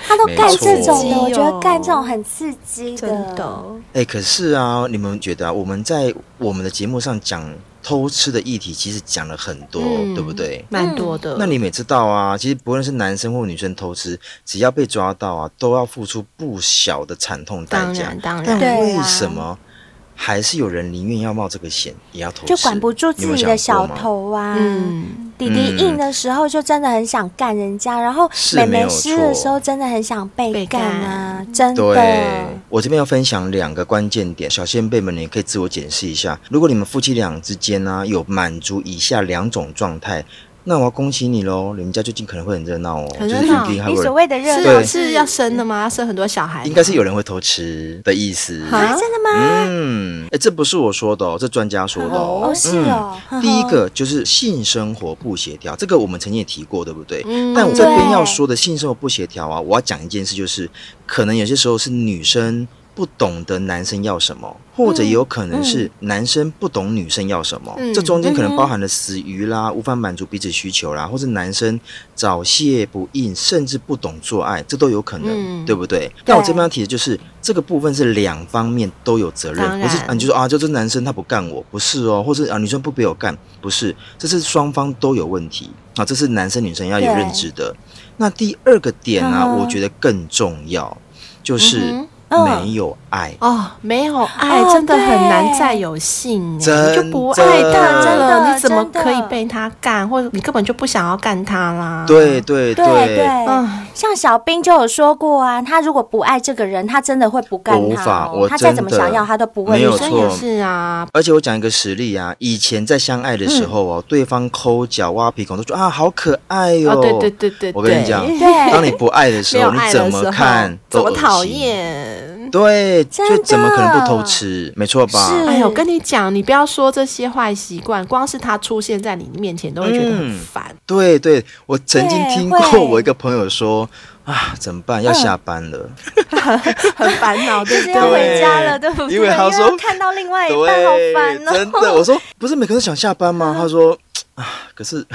Speaker 2: 他都
Speaker 3: 没
Speaker 2: 干
Speaker 3: 错
Speaker 2: 这种的，
Speaker 4: 好
Speaker 2: 我
Speaker 4: 刺激
Speaker 2: 觉
Speaker 4: 哦
Speaker 2: 得干这种很刺激
Speaker 4: 真的。
Speaker 3: 哎、可是啊，你们觉得啊，我们在我们的节目上讲偷吃的议题，其实讲了很多，
Speaker 4: 嗯
Speaker 3: 对不对？
Speaker 4: 蛮多的。
Speaker 3: 那你们也知道啊，其实不论是男生或女生偷吃，只要被抓到啊，都要付出不小的惨痛代
Speaker 4: 当
Speaker 3: 价
Speaker 4: 然。当
Speaker 3: 但
Speaker 4: 然，
Speaker 2: 对啊
Speaker 3: 为什么还是有人宁愿要冒这个险也要偷吃？
Speaker 2: 就管不住
Speaker 3: 你
Speaker 2: 自
Speaker 3: 有没有
Speaker 2: 己的
Speaker 3: 想
Speaker 2: 小
Speaker 3: 过吗。
Speaker 2: 头啊。
Speaker 4: 嗯，
Speaker 2: 弟弟硬的时候就真的很想干人家，然后
Speaker 3: 是
Speaker 2: 妹
Speaker 3: 没
Speaker 2: 妹
Speaker 3: 有
Speaker 2: 湿的时候
Speaker 3: 错
Speaker 2: 真的很想被
Speaker 4: 被
Speaker 2: 干
Speaker 4: 干
Speaker 2: 啊，真的。
Speaker 3: 对，我这边要分享两个关键点，小先辈们你可以自我检视一下。如果你们夫妻俩之间呢、有满足以下两种状态，那我要恭喜你喽，你们家最近可能会很热闹哦，
Speaker 4: 很
Speaker 3: 就
Speaker 4: 热
Speaker 3: 是
Speaker 4: 闹
Speaker 3: 一定还
Speaker 2: 你
Speaker 3: 会
Speaker 2: 所
Speaker 3: 有
Speaker 2: 谓的热
Speaker 4: 是
Speaker 2: 闹
Speaker 4: 要
Speaker 3: 对
Speaker 4: 是啊要生的吗？要生很多小孩吗？
Speaker 3: 应该是有人会偷吃的意思。
Speaker 4: 啊
Speaker 2: 啊？真的吗？
Speaker 3: 嗯，哎，这不是我说的哦，这专家说的哦。
Speaker 2: 哦，是哦。呵呵
Speaker 3: 第一，个就是性生活不协调，这个我们曾经也提过，对不对？
Speaker 4: 嗯
Speaker 3: 但我这边
Speaker 2: 对
Speaker 3: 要说的性生活不协调啊，我要讲一件事，就是可能有些时候是女生不懂得男生要什么，或者也有可能是男生不懂女生要什么。
Speaker 4: 嗯
Speaker 3: 这中间可
Speaker 2: 嗯
Speaker 3: 能
Speaker 2: 哼
Speaker 3: 包含了死鱼啦，无法满足彼此需求
Speaker 4: 嗯
Speaker 3: 啦，或是男生早泄不应，甚至不懂做爱，这都有可能，
Speaker 4: 嗯
Speaker 3: 对不对？但我这边要提的就是这个部分是两方面都有责
Speaker 4: 当
Speaker 3: 任，不是
Speaker 4: 然
Speaker 3: 啊，你就说啊，就是男生他不干我，不是哦，或是啊，女生不给我干，不是，这是双方都有问题啊，这是男生女生要有
Speaker 2: 对
Speaker 3: 认知的。那第二个点呢、啊
Speaker 2: 嗯哼
Speaker 3: 我觉得更重要，就是
Speaker 4: 嗯
Speaker 3: 没有爱。
Speaker 4: 哦，没有爱、
Speaker 2: 哦
Speaker 4: 真的很难
Speaker 2: 对
Speaker 4: 再有性欸，
Speaker 3: 真
Speaker 4: 你就不爱他
Speaker 3: 的真
Speaker 2: 的
Speaker 4: 了，你怎么
Speaker 2: 真的
Speaker 4: 可以被他干，或者你根本就不想要干他啦？
Speaker 3: 对对
Speaker 2: 对对，
Speaker 4: 嗯
Speaker 2: 像小兵就有说过啊，他如果不爱这个人，他真的会不干
Speaker 3: 我无
Speaker 2: 他、
Speaker 3: 法
Speaker 2: 哦
Speaker 3: 我，
Speaker 2: 他再
Speaker 3: 真
Speaker 2: 怎么
Speaker 3: 的
Speaker 2: 想要，他都不会
Speaker 3: 没有
Speaker 2: 女
Speaker 4: 所
Speaker 2: 生
Speaker 4: 以
Speaker 3: 错
Speaker 4: 也是啊，
Speaker 3: 而且我讲一个实例啊，以前在相爱的时
Speaker 4: 嗯
Speaker 3: 候哦，对方抠脚、挖鼻孔，都说啊好可爱哟、
Speaker 4: 哦，对对对对，
Speaker 3: 我跟你
Speaker 4: 对
Speaker 3: 讲，
Speaker 2: 对
Speaker 3: 当你不爱的时
Speaker 4: 没有
Speaker 3: 候，你
Speaker 4: 爱
Speaker 3: 怎
Speaker 4: 的时候
Speaker 3: 么看
Speaker 4: 怎
Speaker 3: 都
Speaker 4: 么
Speaker 3: 恶心
Speaker 4: 讨。厌？
Speaker 3: 对，
Speaker 2: 真
Speaker 3: 就怎么可能
Speaker 2: 的
Speaker 3: 不偷吃？没错吧？
Speaker 2: 是
Speaker 4: 哎呦，我跟你讲，你不要说这些坏习惯，光是他出现在你面前，都会觉得很
Speaker 3: 嗯
Speaker 4: 烦。
Speaker 3: 对对，我曾经
Speaker 2: 对
Speaker 3: 听
Speaker 2: 会嗯
Speaker 3: 过我一个朋友说啊，怎么办？要下班了。
Speaker 4: 很烦恼，对
Speaker 2: [LAUGHS]
Speaker 4: 不
Speaker 2: 就是要
Speaker 4: 对？
Speaker 2: 回家了，对不对？
Speaker 3: 因为他说
Speaker 2: 又要看到另外一半，哎好烦
Speaker 3: 对，
Speaker 2: 哦，嗯
Speaker 3: 真的，我说不是每个人都想下班吗？他说啊，可是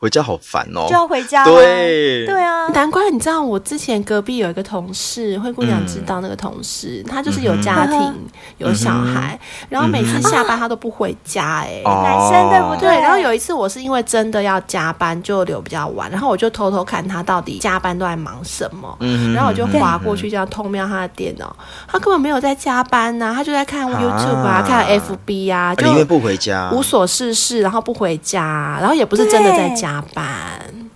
Speaker 3: 回家好烦哦
Speaker 2: 就。要回家、啊。
Speaker 3: 对
Speaker 2: 对啊，
Speaker 4: 难怪你知道，我之前隔壁有一个同事，灰姑娘知道那个同事，她就是有家
Speaker 3: 嗯
Speaker 4: 庭、有小孩，然后每次下班她都不回家、哎、
Speaker 3: 哦
Speaker 2: 男生对不
Speaker 4: 对，然后
Speaker 2: 有
Speaker 4: 有一次我是因为真的要加班，就留比较晚，然后我就偷偷看她到底加班都在忙什么，
Speaker 3: 嗯
Speaker 4: 然后我就划过去这样偷瞄她的电脑，她根本没有在加班呐、她就在看 YouTube
Speaker 3: 啊
Speaker 4: 啊，看 FB 啊，就
Speaker 3: 宁愿不回家，
Speaker 4: 无所事事，然后不回家，然后也不是真的在
Speaker 2: 对
Speaker 4: 加班。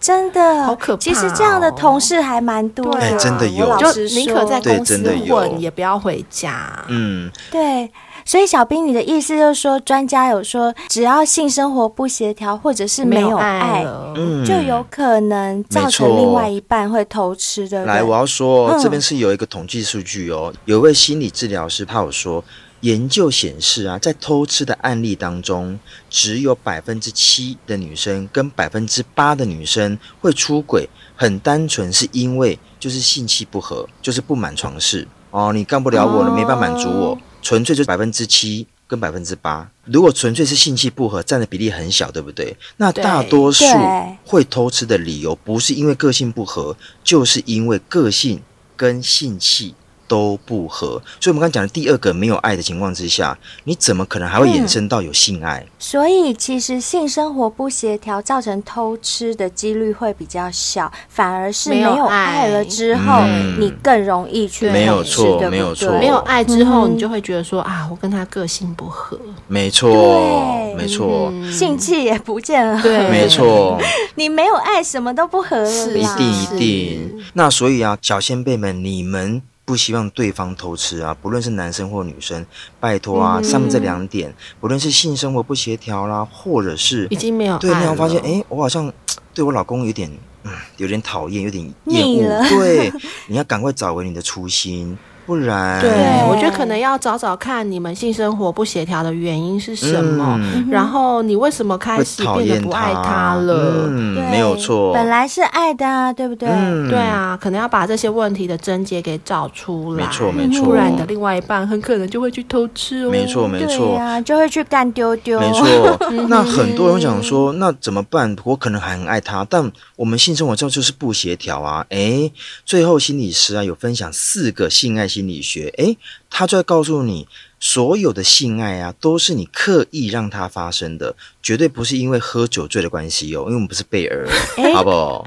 Speaker 2: 真的
Speaker 4: 好可怕哦
Speaker 2: 其实这样的同事还蛮多
Speaker 4: 对啊哎
Speaker 3: 真的有
Speaker 2: 我老
Speaker 4: 就
Speaker 2: 实说
Speaker 4: 宁可在
Speaker 3: 对
Speaker 4: 公司
Speaker 3: 真的有
Speaker 4: 混，也不要回家。
Speaker 3: 嗯，
Speaker 2: 对，所以小兵，你的意思就是说，专家有说，只要性生活不协调或者是没有爱，
Speaker 4: 了，
Speaker 3: 嗯
Speaker 2: 就有可能造成
Speaker 3: 没错
Speaker 2: 另外一半会偷吃，对不嗯对？
Speaker 3: 来，我要说哦，
Speaker 2: 嗯
Speaker 3: 这边是有一个统计数据哦，有一位心理治疗师他有说，研究显示啊，在偷吃的案例当中，只有百分之七的女生跟百分之八的女生会出轨，很单纯是因为就是性气不合，就是不满床事哦，你干不了我，
Speaker 4: 哦
Speaker 3: 你没办法满足我，纯粹就是百分之七。跟百分之八，如果纯粹是性气不合，占的比例很小，对不对？那
Speaker 4: 对
Speaker 3: 大多数
Speaker 2: 对
Speaker 3: 会偷吃的理由，不是因为个性不合，就是因为个性跟性气都不合。所以，我们刚刚讲的第二个没有爱的情况之下，你怎么可能还会衍生到有性爱？
Speaker 2: 所以其实性生活不协调造成偷吃的几率会比较小，反而是没
Speaker 4: 没有
Speaker 2: 有
Speaker 4: 爱
Speaker 2: 爱了之后，
Speaker 3: 嗯
Speaker 2: 你更容易去
Speaker 4: 没
Speaker 2: 偷
Speaker 4: 有
Speaker 2: 吃，
Speaker 3: 错
Speaker 2: 对不对
Speaker 3: 没有错
Speaker 4: 没有爱之后，
Speaker 2: 嗯
Speaker 4: 你就会觉得说啊，我跟他个性不合。
Speaker 3: 没错
Speaker 2: 对，嗯
Speaker 3: 没错，
Speaker 2: 性气也不见了，
Speaker 4: 对
Speaker 3: 没错，
Speaker 2: 你没有爱，什么都不合了
Speaker 4: 是
Speaker 2: 啦。
Speaker 3: 一定一
Speaker 4: 是
Speaker 3: 定。那所以啊，小先辈们，你们。不希望对方偷吃啊，不论是男生或女生，拜托啊，上面这两点，不论是性生活不协调啦，或者是
Speaker 4: 已经没有爱
Speaker 3: 对，
Speaker 4: 了。
Speaker 3: 然后发现，哎，我好像对我老公有点，嗯，有点讨厌，有点厌
Speaker 2: 腻了
Speaker 3: 恶。对，
Speaker 4: [LAUGHS]
Speaker 3: 你要赶快找回你的初心，不然
Speaker 4: 对
Speaker 2: 对，
Speaker 4: 我觉得可能要找找看你们性生活不协调的原因是什么，
Speaker 3: 嗯
Speaker 4: 然后你为什么开
Speaker 3: 会
Speaker 4: 始
Speaker 3: 讨
Speaker 4: 变
Speaker 3: 厌
Speaker 4: 得不爱他了。
Speaker 3: 嗯
Speaker 2: 对，
Speaker 3: 没有错。
Speaker 2: 本来是爱的啊，对不对？
Speaker 3: 嗯
Speaker 4: 对，啊，可能要把这些问题的症结给找出来，
Speaker 3: 没错没错
Speaker 4: 不然你的另外一半很可能就会去偷吃哦。
Speaker 3: 没错没
Speaker 2: 对
Speaker 3: 错。
Speaker 2: 呀、就会去干丢丢。
Speaker 3: 没错，那很多人会想说，那怎么办？我可能还很爱他，但我们性生活这就是不协调啊。诶，最后心理师啊有分享四个性爱心理学，诶，他就在告诉你，所有的性爱啊都是你刻意让它发生的，绝对不是因为喝酒醉的关系哦，因为我们不是贝尔，好不好？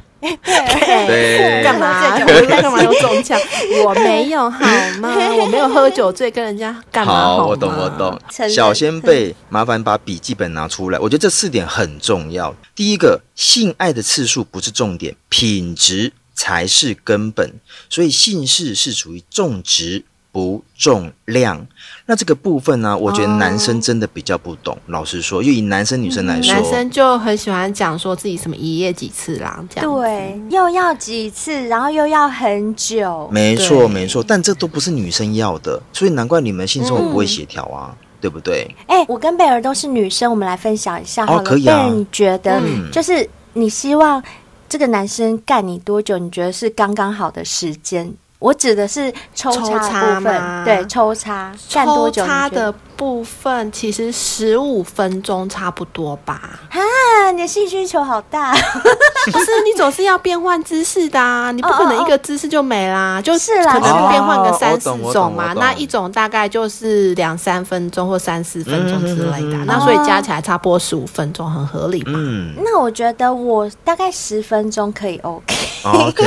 Speaker 3: 对
Speaker 4: 干嘛？干嘛有中枪？我没有好
Speaker 3: [LAUGHS]
Speaker 4: 吗？我没有喝酒醉，跟人家干嘛
Speaker 3: 好，
Speaker 4: 吗？
Speaker 3: 我懂，我懂。
Speaker 2: 承认
Speaker 3: 小先辈，麻烦把笔记本拿出来。我觉得这四点很重要。第一个，性爱的次数不是重点，品质才是根本。所以性事是属于重质不重量。那这个部分呢、我觉得男生真的比较不懂。老实说，因为以男生女生来说，
Speaker 4: 嗯男生就很喜欢讲说自己什么一夜几次郎这样。，
Speaker 3: 啊
Speaker 2: 对，又要几次，然后又要很久。
Speaker 3: 没错
Speaker 4: 对
Speaker 3: 没错，但这都不是女生要的，所以难怪你们性生活不会协调啊，对不对？
Speaker 2: 哎、我跟贝尔都是女生，我们来分享一下好了。
Speaker 3: 可以
Speaker 2: 贝
Speaker 3: 啊
Speaker 2: 尔，你觉得、
Speaker 3: 嗯
Speaker 2: 就是你希望这个男生干你多久？你觉得是刚刚好的时间？我指的是抽
Speaker 4: 抽
Speaker 2: 插
Speaker 4: 插
Speaker 2: 的部分，
Speaker 4: 吗
Speaker 2: 对，抽插干多
Speaker 4: 抽
Speaker 2: 久你
Speaker 4: 插
Speaker 2: 觉得？
Speaker 4: 的部分其实十五分钟差不多
Speaker 3: [LAUGHS]
Speaker 4: 吧。
Speaker 2: 啊，你的性需求好大，
Speaker 4: 不是，你总是要变换姿势的啊，你不可能一个姿势就没啦，就是
Speaker 2: 啦
Speaker 4: 可
Speaker 2: 是啦
Speaker 4: 能变换个
Speaker 3: 哦
Speaker 4: 三
Speaker 3: 我
Speaker 4: 四
Speaker 3: 懂我
Speaker 4: 种
Speaker 3: 懂
Speaker 4: 嘛
Speaker 3: 我，懂
Speaker 4: 那一种大概就是两三分钟或三四分钟之类
Speaker 3: 嗯
Speaker 4: 的啊，那所以加起来差不多十五分钟，很合理嘛。
Speaker 3: 嗯，
Speaker 4: [LAUGHS]
Speaker 2: 那我觉得我大概十分钟可以 OK。
Speaker 3: 哦 OK，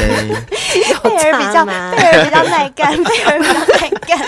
Speaker 2: 贝
Speaker 4: 有
Speaker 2: 尔比较贝
Speaker 4: 差吗？
Speaker 2: 尔比较耐
Speaker 4: [LAUGHS]
Speaker 2: 干，贝尔比较耐干。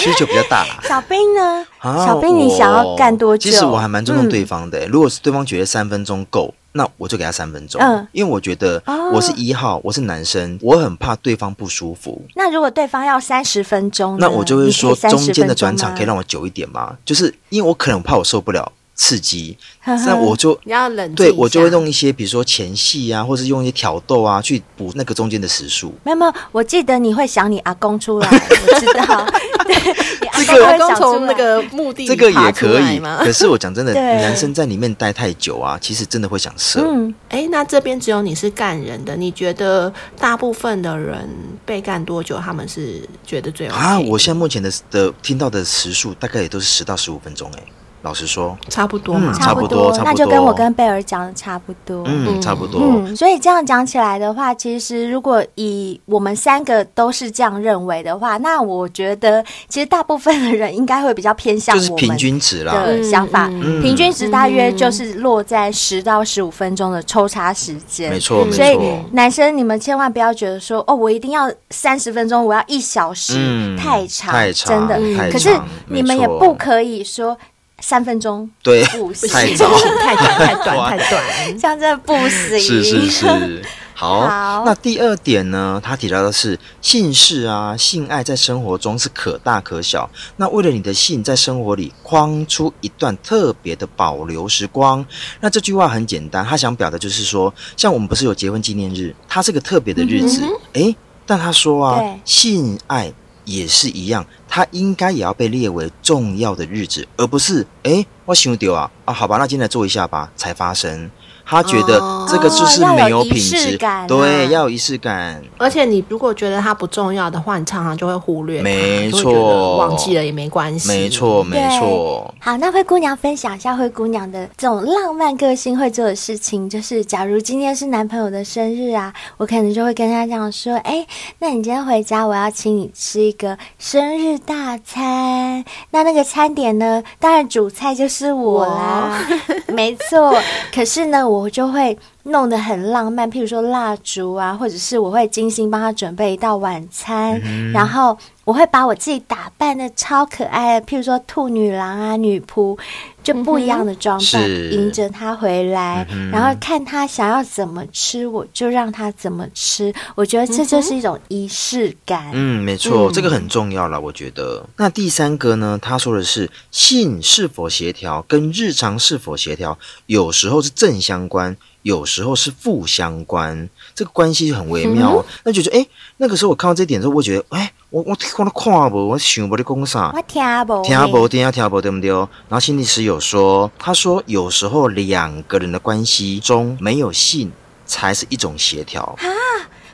Speaker 3: 需求比较大啦。
Speaker 2: 小兵呢？
Speaker 3: 啊
Speaker 2: 小兵，你想要干多久？嗯
Speaker 3: 我其实我还蛮尊重对方的、欸如果是对方觉得三分钟够，那我就给他三分钟。
Speaker 2: 嗯
Speaker 3: 因为我觉得
Speaker 2: 哦
Speaker 3: 我是一号，我是男生，我很怕对方不舒服。
Speaker 2: 那如果对方要三十分钟呢，
Speaker 3: 那我就会
Speaker 2: 嗯
Speaker 3: 说，
Speaker 2: 你可以30
Speaker 3: 中间的转场
Speaker 2: 分钟吗
Speaker 3: 可以让我久一点吗？就是因为我可能怕我受不了刺激，
Speaker 2: [LAUGHS] 呵呵
Speaker 3: 那我就
Speaker 4: 你要冷静一
Speaker 3: 对
Speaker 4: 下，
Speaker 3: 我就会弄一些，比如说前戏啊，或是用一些挑逗啊，去补那个中间的时数。
Speaker 2: 没有没有，我记得你会想你阿公出
Speaker 3: [LAUGHS]
Speaker 2: 来，我知道。 [LAUGHS] 对，你阿
Speaker 4: 这
Speaker 2: 公
Speaker 4: 个刚
Speaker 2: 会想出
Speaker 4: 从那
Speaker 2: 来。
Speaker 4: 个墓地
Speaker 3: 这
Speaker 4: 里
Speaker 3: 个
Speaker 4: 爬
Speaker 3: 也
Speaker 4: 出
Speaker 3: 可
Speaker 4: 来
Speaker 3: 以，
Speaker 4: 吗？ [LAUGHS]
Speaker 3: 可是我讲真的，
Speaker 2: [LAUGHS] 对
Speaker 3: 男生在里面待太久啊，其实真的会想射。
Speaker 2: 嗯，
Speaker 4: 哎，那这边只有你是干人的，你觉得大部分的人被干多久，他们是觉得最 OK？
Speaker 3: 啊，我现在目前的的听到的时数大概也都是十到十五分钟哎、老实说，
Speaker 4: 差不多嘛，
Speaker 3: 嗯
Speaker 2: 差
Speaker 3: 差
Speaker 2: 不
Speaker 3: 不
Speaker 2: 多
Speaker 3: 多，差不多
Speaker 2: 那就跟我跟贝尔讲的差不多。
Speaker 3: 嗯，
Speaker 4: 嗯
Speaker 3: 差不多。
Speaker 2: 嗯，所以这样讲起来的话，其实如果以我们三个都是这样认为的话，那我觉得其实大部分的人应该会比较偏向
Speaker 3: 就是
Speaker 2: 我
Speaker 3: 平
Speaker 2: 们
Speaker 3: 均值啦，
Speaker 2: 的想法，
Speaker 4: 嗯
Speaker 3: 嗯
Speaker 2: 平均值大约就是落在十到十五分钟的抽插时间。
Speaker 3: 没错，
Speaker 4: 嗯
Speaker 3: 没
Speaker 2: 所以
Speaker 3: 错。
Speaker 2: 男生，你们千万不要觉得说哦，我一定要三十分钟，我要一小时，
Speaker 3: 嗯
Speaker 2: 太长，
Speaker 3: 太长
Speaker 2: 真的。
Speaker 3: 嗯太
Speaker 2: 可是
Speaker 3: 长
Speaker 2: 你们
Speaker 3: 没
Speaker 2: 也
Speaker 3: 错
Speaker 2: 不可以说三分钟，
Speaker 3: 对
Speaker 2: 不，行
Speaker 3: 太
Speaker 4: 太
Speaker 2: [LAUGHS]
Speaker 3: 早
Speaker 4: 短，，太短，太短，太
Speaker 3: [LAUGHS]
Speaker 4: 短。
Speaker 2: 这样真的不行。
Speaker 3: 是
Speaker 2: [LAUGHS]
Speaker 3: 是是。好，
Speaker 2: 好
Speaker 3: 那第二点呢？他提到的是性事啊，性爱在生活中是可大可小。那为了你的性在生活里框出一段特别的保留时光，那这句话很简单，他想表达就是说，像我们不是有结婚纪念日，它是个特别的日子，诶，但他说啊
Speaker 2: 嗯对，
Speaker 3: 性爱也是一样，它应该也要被列为重要的日子，而不是诶，我想丢啊啊，好吧，那今天来做一下吧，才发生。他觉得
Speaker 4: 哦
Speaker 3: 这个就是没
Speaker 2: 要
Speaker 3: 有品
Speaker 2: 有仪式
Speaker 3: 质，
Speaker 2: 感啊
Speaker 3: 对，要有仪式感。
Speaker 4: 而且你如果觉得它不重要的话，你常常就会忽略它，
Speaker 3: 没
Speaker 4: 就会觉得
Speaker 3: 错
Speaker 4: 忘记了也没关系，
Speaker 3: 没错，没错，
Speaker 2: 好，那灰姑娘分享一下灰姑娘的这种浪漫个性会做的事情，就是假如今天是男朋友的生日啊，我可能就会跟他这样说：“哎、那你今天回家，我要请你吃一个生日大餐。那那个餐点呢，当然主菜就是我啦， [LAUGHS] 没错。可是呢，我就会弄得很浪漫，譬如说蜡烛啊，或者是我会精心帮他准备一道晚餐，
Speaker 3: 嗯
Speaker 2: 然后我会把我自己打扮的超可爱的，譬如说兔女郎啊、女仆，就不一样的装扮，
Speaker 3: 嗯是
Speaker 2: 迎着他回来，
Speaker 3: 嗯哼
Speaker 2: 然后看他想要怎么吃，我就让他怎么吃。我觉得这就是一种仪式感。
Speaker 3: 嗯，没错，
Speaker 4: 嗯
Speaker 3: 这个很重要了，我觉得。那第三个呢？他说的是性是否协调跟日常是否协调，有时候是正相关，有时候是负相关，这个关系很微妙、
Speaker 2: 嗯
Speaker 3: 哦。那就觉得，哎，那个时候我看到这一点的时候，我觉得，哎，我我我都看不，我想不你讲啥。
Speaker 2: 我听欸不
Speaker 3: 听阿伯，听阿听阿伯，对不对？然后心理师有说，他说有时候两个人的关系中没有性，才是一种协调。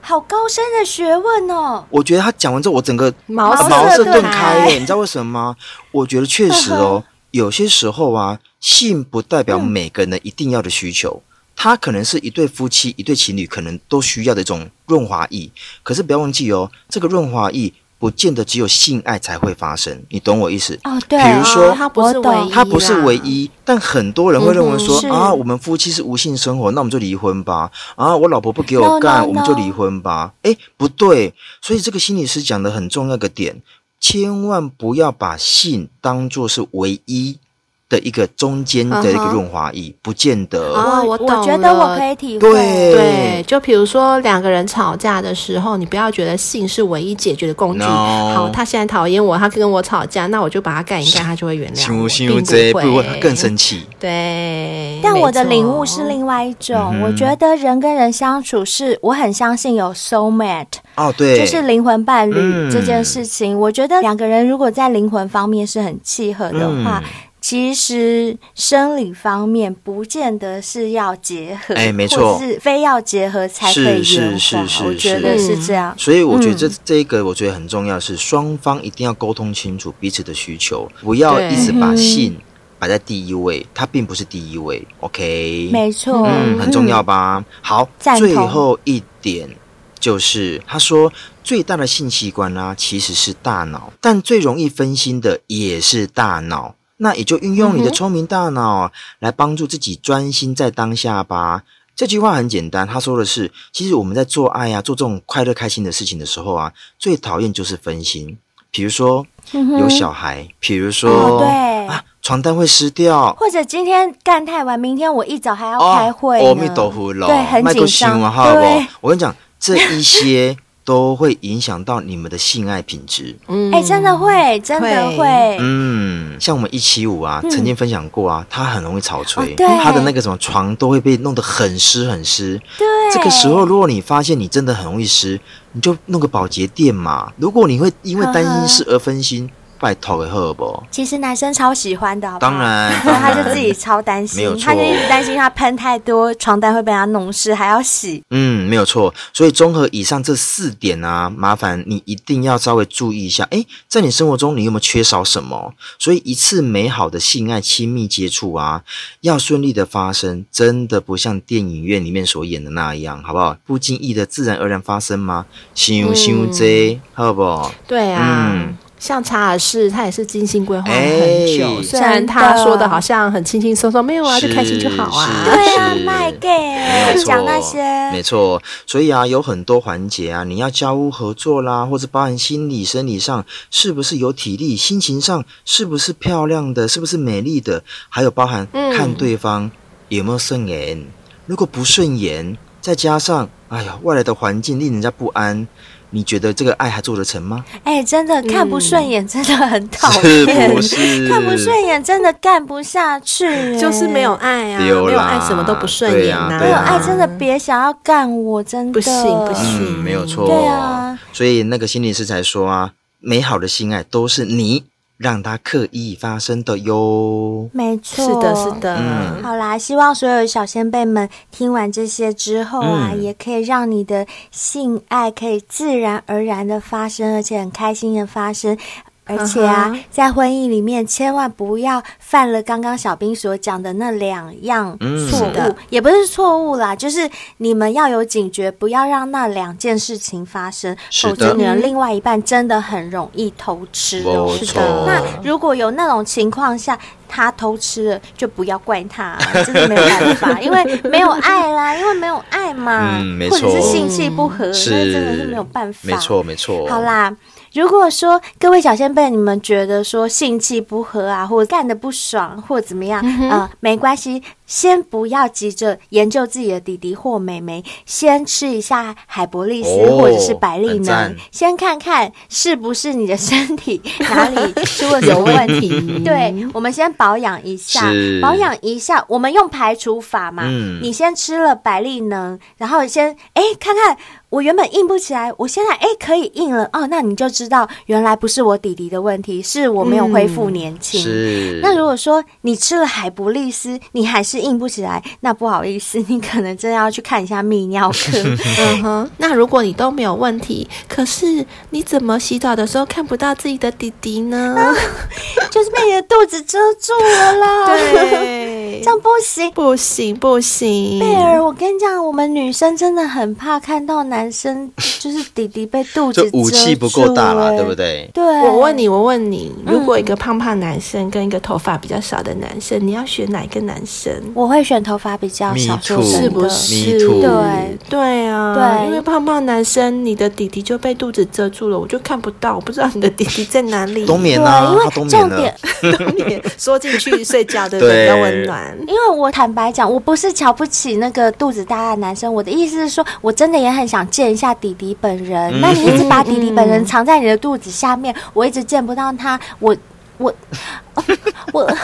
Speaker 2: 好高深的学问哦。
Speaker 3: 我觉得他讲完之后，我整个
Speaker 4: 毛
Speaker 2: 色
Speaker 3: 茅塞
Speaker 2: 顿
Speaker 3: 顿开
Speaker 2: 开
Speaker 3: 耶，你知道为什么吗？我觉得确实
Speaker 2: 呵嗯
Speaker 3: 哦，有些时候啊，性不代表每个人一定要的需求。它可能是一对夫妻、一对情侣可能都需要的一种润滑液，可是不要忘记哦，这个润滑液不见得只有性爱才会发生，你懂我意思？
Speaker 2: 哦，对，
Speaker 3: 比如说
Speaker 4: 哦它不是
Speaker 2: 我懂
Speaker 4: 唯一啦，
Speaker 3: 它不是唯一，但很多人会认为说、
Speaker 2: 嗯哼是
Speaker 3: 啊，我们夫妻是无性生活，那我们就离婚吧。啊，我老婆不给我
Speaker 2: No,
Speaker 3: 干
Speaker 2: no,
Speaker 3: 我们就
Speaker 2: no
Speaker 3: 离婚吧。哎，不对，所以这个心理师讲的很重要一个点，千万不要把性当做是唯一的一个中间的一个
Speaker 4: 嗯哼
Speaker 3: 润滑液，不见得。
Speaker 4: 哦
Speaker 2: 我
Speaker 4: 我懂
Speaker 2: 觉得我
Speaker 4: 了
Speaker 2: 可以体会。
Speaker 3: 对
Speaker 4: 对，就比如说两个人吵架的时候，你不要觉得性是唯一解决的工具。
Speaker 3: No
Speaker 4: 好，他现在讨厌我，他跟我吵架，那我就把他干一干，他就会原谅我，
Speaker 3: 心
Speaker 4: 并
Speaker 3: 如这
Speaker 4: 不
Speaker 3: 不
Speaker 4: 会
Speaker 3: 会更。生气。
Speaker 4: 对，
Speaker 2: 但我的
Speaker 4: 没错
Speaker 2: 领悟是另外一种，
Speaker 3: 嗯
Speaker 2: 我觉得人跟人相处是我很相信有 soul mate，
Speaker 3: 哦，对，
Speaker 2: 就是灵魂伴侣
Speaker 3: 嗯
Speaker 2: 这件事情。我觉得两个人如果在灵魂方面是很契合的
Speaker 3: 嗯
Speaker 2: 话，其实生理方面不见得是要结合，
Speaker 3: 哎没错
Speaker 2: 或是非要结合才可以
Speaker 3: 是是
Speaker 2: 圆
Speaker 3: 是
Speaker 2: 滑。
Speaker 3: 是
Speaker 2: 我觉
Speaker 3: 是
Speaker 2: 得是
Speaker 4: 嗯
Speaker 2: 这样。
Speaker 3: 所以我觉得这、
Speaker 2: 嗯
Speaker 3: 这一个我觉得很重要的是，双方一定要沟通清楚彼此的需求，不要
Speaker 4: 对
Speaker 3: 一直把
Speaker 2: 嗯
Speaker 3: 性摆在第一位，它并不是第一位。OK，
Speaker 2: 没错，
Speaker 3: 嗯，很重要吧？好
Speaker 2: 哦赞，同
Speaker 3: 最后一点就是他说最大的性器官啦、其实是大脑，但最容易分心的也是大脑。
Speaker 2: 嗯
Speaker 3: 那也就运用你的聪明大脑来帮助自己专心在当下吧。这句话很简单，他说的是，其实我们在做爱呀、做这种快乐开心的事情的时候啊，最讨厌就是分心。比如说
Speaker 2: 嗯哼
Speaker 3: 有小孩，比如
Speaker 2: 哦
Speaker 3: 说、
Speaker 2: 对
Speaker 3: 啊，床单会湿掉，
Speaker 2: 或者今天干太晚，明天我一早还要
Speaker 3: 哦，
Speaker 2: 开会呢、
Speaker 3: 阿弥陀佛喽，
Speaker 2: 对，很
Speaker 3: 麦克
Speaker 2: 紧
Speaker 3: 辛
Speaker 2: 张
Speaker 3: 啊，好不好
Speaker 2: 对，？
Speaker 3: 我跟你讲，这一些都会影响到你们的性爱品
Speaker 2: [LAUGHS]
Speaker 3: 质。
Speaker 4: 嗯
Speaker 2: 哎、真的会，真的
Speaker 5: 会
Speaker 2: 会，
Speaker 3: 嗯，像我们一七五啊，曾经分享过啊，它很容易潮吹，
Speaker 2: 嗯哦对
Speaker 3: 它的那个什么床都会被弄得很湿很湿。
Speaker 2: 对。
Speaker 3: 这个时候，如果你发现你真的很容易湿，你就弄个保洁垫嘛。如果你会因为担心事而分心，拜托的好不？
Speaker 2: 其实男生超喜欢的，好不好
Speaker 3: 当。然，
Speaker 2: 所以
Speaker 3: 当
Speaker 2: [LAUGHS] 他
Speaker 3: 然
Speaker 2: 就自己超担
Speaker 3: 没有
Speaker 2: 心，
Speaker 3: 错
Speaker 2: 他就一直担心他喷太多，床单会被他弄湿，还要洗。
Speaker 3: 嗯，没有错。所以综合以上这四点啊，麻烦你一定要稍微注意一下。诶，在你生活中你有没有缺少什么？所以一次美好的性爱亲密接触啊，要顺利的发生，真的不像电影院里面所演的那样，好不好？不经意的自然而然发生吗？想想这，好不好？
Speaker 4: 对啊。
Speaker 3: 嗯
Speaker 4: 像查尔斯，他也是精心规划了
Speaker 3: 哎
Speaker 4: 很久，虽然
Speaker 2: 真的
Speaker 4: 他说的好像很轻轻松松，没有啊，
Speaker 3: 是
Speaker 4: 就开心就好啊。
Speaker 3: 是
Speaker 2: 对啊
Speaker 3: 是
Speaker 2: 卖
Speaker 3: 没有
Speaker 2: gay，
Speaker 3: 错
Speaker 2: 讲那些
Speaker 3: 没错，所以啊，有很多环节啊，你要交屋合作啦，或者包含心理、生理上是不是有体力，心情上是不是漂亮的，是不是美丽的，还有包含
Speaker 4: 嗯
Speaker 3: 看对方有没有顺眼，如果不顺眼，再加上哎呀外来的环境令人家不安，你觉得这个爱还做得成吗？
Speaker 2: 哎、真的看不顺眼，真的很 [LAUGHS] 讨
Speaker 3: 是
Speaker 2: 厌
Speaker 3: [LAUGHS] 不。是？
Speaker 2: 哦看不顺眼，真的干不下去。
Speaker 4: 就是没有爱啊，没
Speaker 3: 丢啦
Speaker 4: 有爱什么都不顺眼呐、
Speaker 3: 对
Speaker 2: 没有
Speaker 3: 啊
Speaker 2: 爱，真的别想要干我，真的
Speaker 4: 不行不行
Speaker 3: 嗯，没有错。
Speaker 2: 对啊
Speaker 3: 所以那个心理师才说啊，美好的性爱都是你让它刻意发生的哟。
Speaker 2: 没
Speaker 4: 是
Speaker 2: 错，
Speaker 4: 的，是。的，
Speaker 3: 嗯
Speaker 2: 好啦，希望所有小先辈们听完这些之后啊，
Speaker 3: 嗯
Speaker 2: 也可以让你的性爱可以自然而然的发生，而且很开心的发
Speaker 3: 嗯
Speaker 2: 生。而且啊
Speaker 4: 嗯哼
Speaker 2: 在婚姻里面千万不要犯了刚刚小兵所讲的那两样
Speaker 3: 嗯
Speaker 2: 错
Speaker 3: 是
Speaker 2: 误，
Speaker 4: 的
Speaker 2: 也不是错误啦，就是你们要有警觉，不要让那两件事情发生，
Speaker 3: 是
Speaker 2: 否则
Speaker 3: 的
Speaker 2: 你的另外一半真的很容易偷吃哦。
Speaker 3: 没
Speaker 4: 是
Speaker 3: 错
Speaker 4: 的，
Speaker 2: 那如果有那种情况下，他偷吃了，就不要怪
Speaker 3: [LAUGHS]
Speaker 2: 他，真的没有办法，因为没有爱啦，因为没有爱嘛，
Speaker 3: 嗯没
Speaker 2: 或者是
Speaker 3: 错
Speaker 2: 性气不合，那真的是
Speaker 3: 是
Speaker 2: 没有办法。
Speaker 3: 没错，没错。
Speaker 2: 好，啦，如果说各位小先辈，你们觉得说性气不合啊，或者干的不爽，或者怎么样，呃，没关系，先不要急着研究自己的弟弟或妹妹，先吃一下海博利斯、
Speaker 3: 哦
Speaker 2: 或者是百利
Speaker 3: 很
Speaker 2: 能
Speaker 3: 赞，
Speaker 2: 先看看是不是你的身体哪里出了什么问题。对，我们先保养一下
Speaker 3: 嗯是，
Speaker 2: 保养一下，我们用排除法嘛，
Speaker 3: 嗯
Speaker 2: 你先吃了百利能，然后先哎看看。我原本硬不起来，我现在哎可以硬了哦，那你就知道原来不是我弟弟的问题，是我没有恢复年轻。
Speaker 3: 是。
Speaker 2: 那如果说你吃了海博利斯，你还是硬不起来，那不好意思，你可能真的要去看一下泌尿
Speaker 3: [LAUGHS]
Speaker 2: 科。
Speaker 4: 嗯哼，那如果你都没有问题，可是你怎么洗澡的时候看不到自己的弟弟呢？
Speaker 2: 就是被你的肚子遮住了啦。，
Speaker 4: 对
Speaker 2: [LAUGHS]
Speaker 4: [LAUGHS]
Speaker 2: 这，样不行。
Speaker 4: 不行不行，
Speaker 2: 贝
Speaker 3: 嗯
Speaker 2: 尔，我跟你讲，我们女生真的很怕看到男
Speaker 3: [LAUGHS]
Speaker 2: 生，就是弟弟被肚子
Speaker 3: 这武器不够大啦，
Speaker 2: 遮住欸
Speaker 3: 对不？对？
Speaker 2: 对，
Speaker 4: 我问你，我问你，
Speaker 2: 嗯
Speaker 4: 如果一个胖胖男生跟一个头发比较少的男生，你要选哪一个男生？
Speaker 2: 我会选头发比较
Speaker 3: Me
Speaker 2: 少，说
Speaker 3: too
Speaker 2: 真的
Speaker 4: 是不是？
Speaker 3: Me too
Speaker 2: 嗯对
Speaker 4: 对啊，
Speaker 2: 对
Speaker 4: 因为胖胖男生，你的弟弟就被肚子遮住了，我就看不到，我不知道你的弟弟在哪
Speaker 3: [LAUGHS]
Speaker 4: 里。
Speaker 3: 冬眠啊，它
Speaker 2: 对，因为
Speaker 3: 冬眠
Speaker 2: 重
Speaker 3: 了
Speaker 2: 点。，
Speaker 4: 冬眠缩进去睡觉，对不对？
Speaker 3: 对
Speaker 4: 比较温暖。
Speaker 2: 因为我坦白讲，我不是瞧不起那个肚子大的男生，我的意思是说，我真的也很想见一下弟弟本人。
Speaker 3: 嗯
Speaker 2: 那你一直
Speaker 3: [LAUGHS]
Speaker 2: 把弟弟本人藏在你的肚子下面，我一直见不到他，我我 [LAUGHS] 我
Speaker 3: [LAUGHS]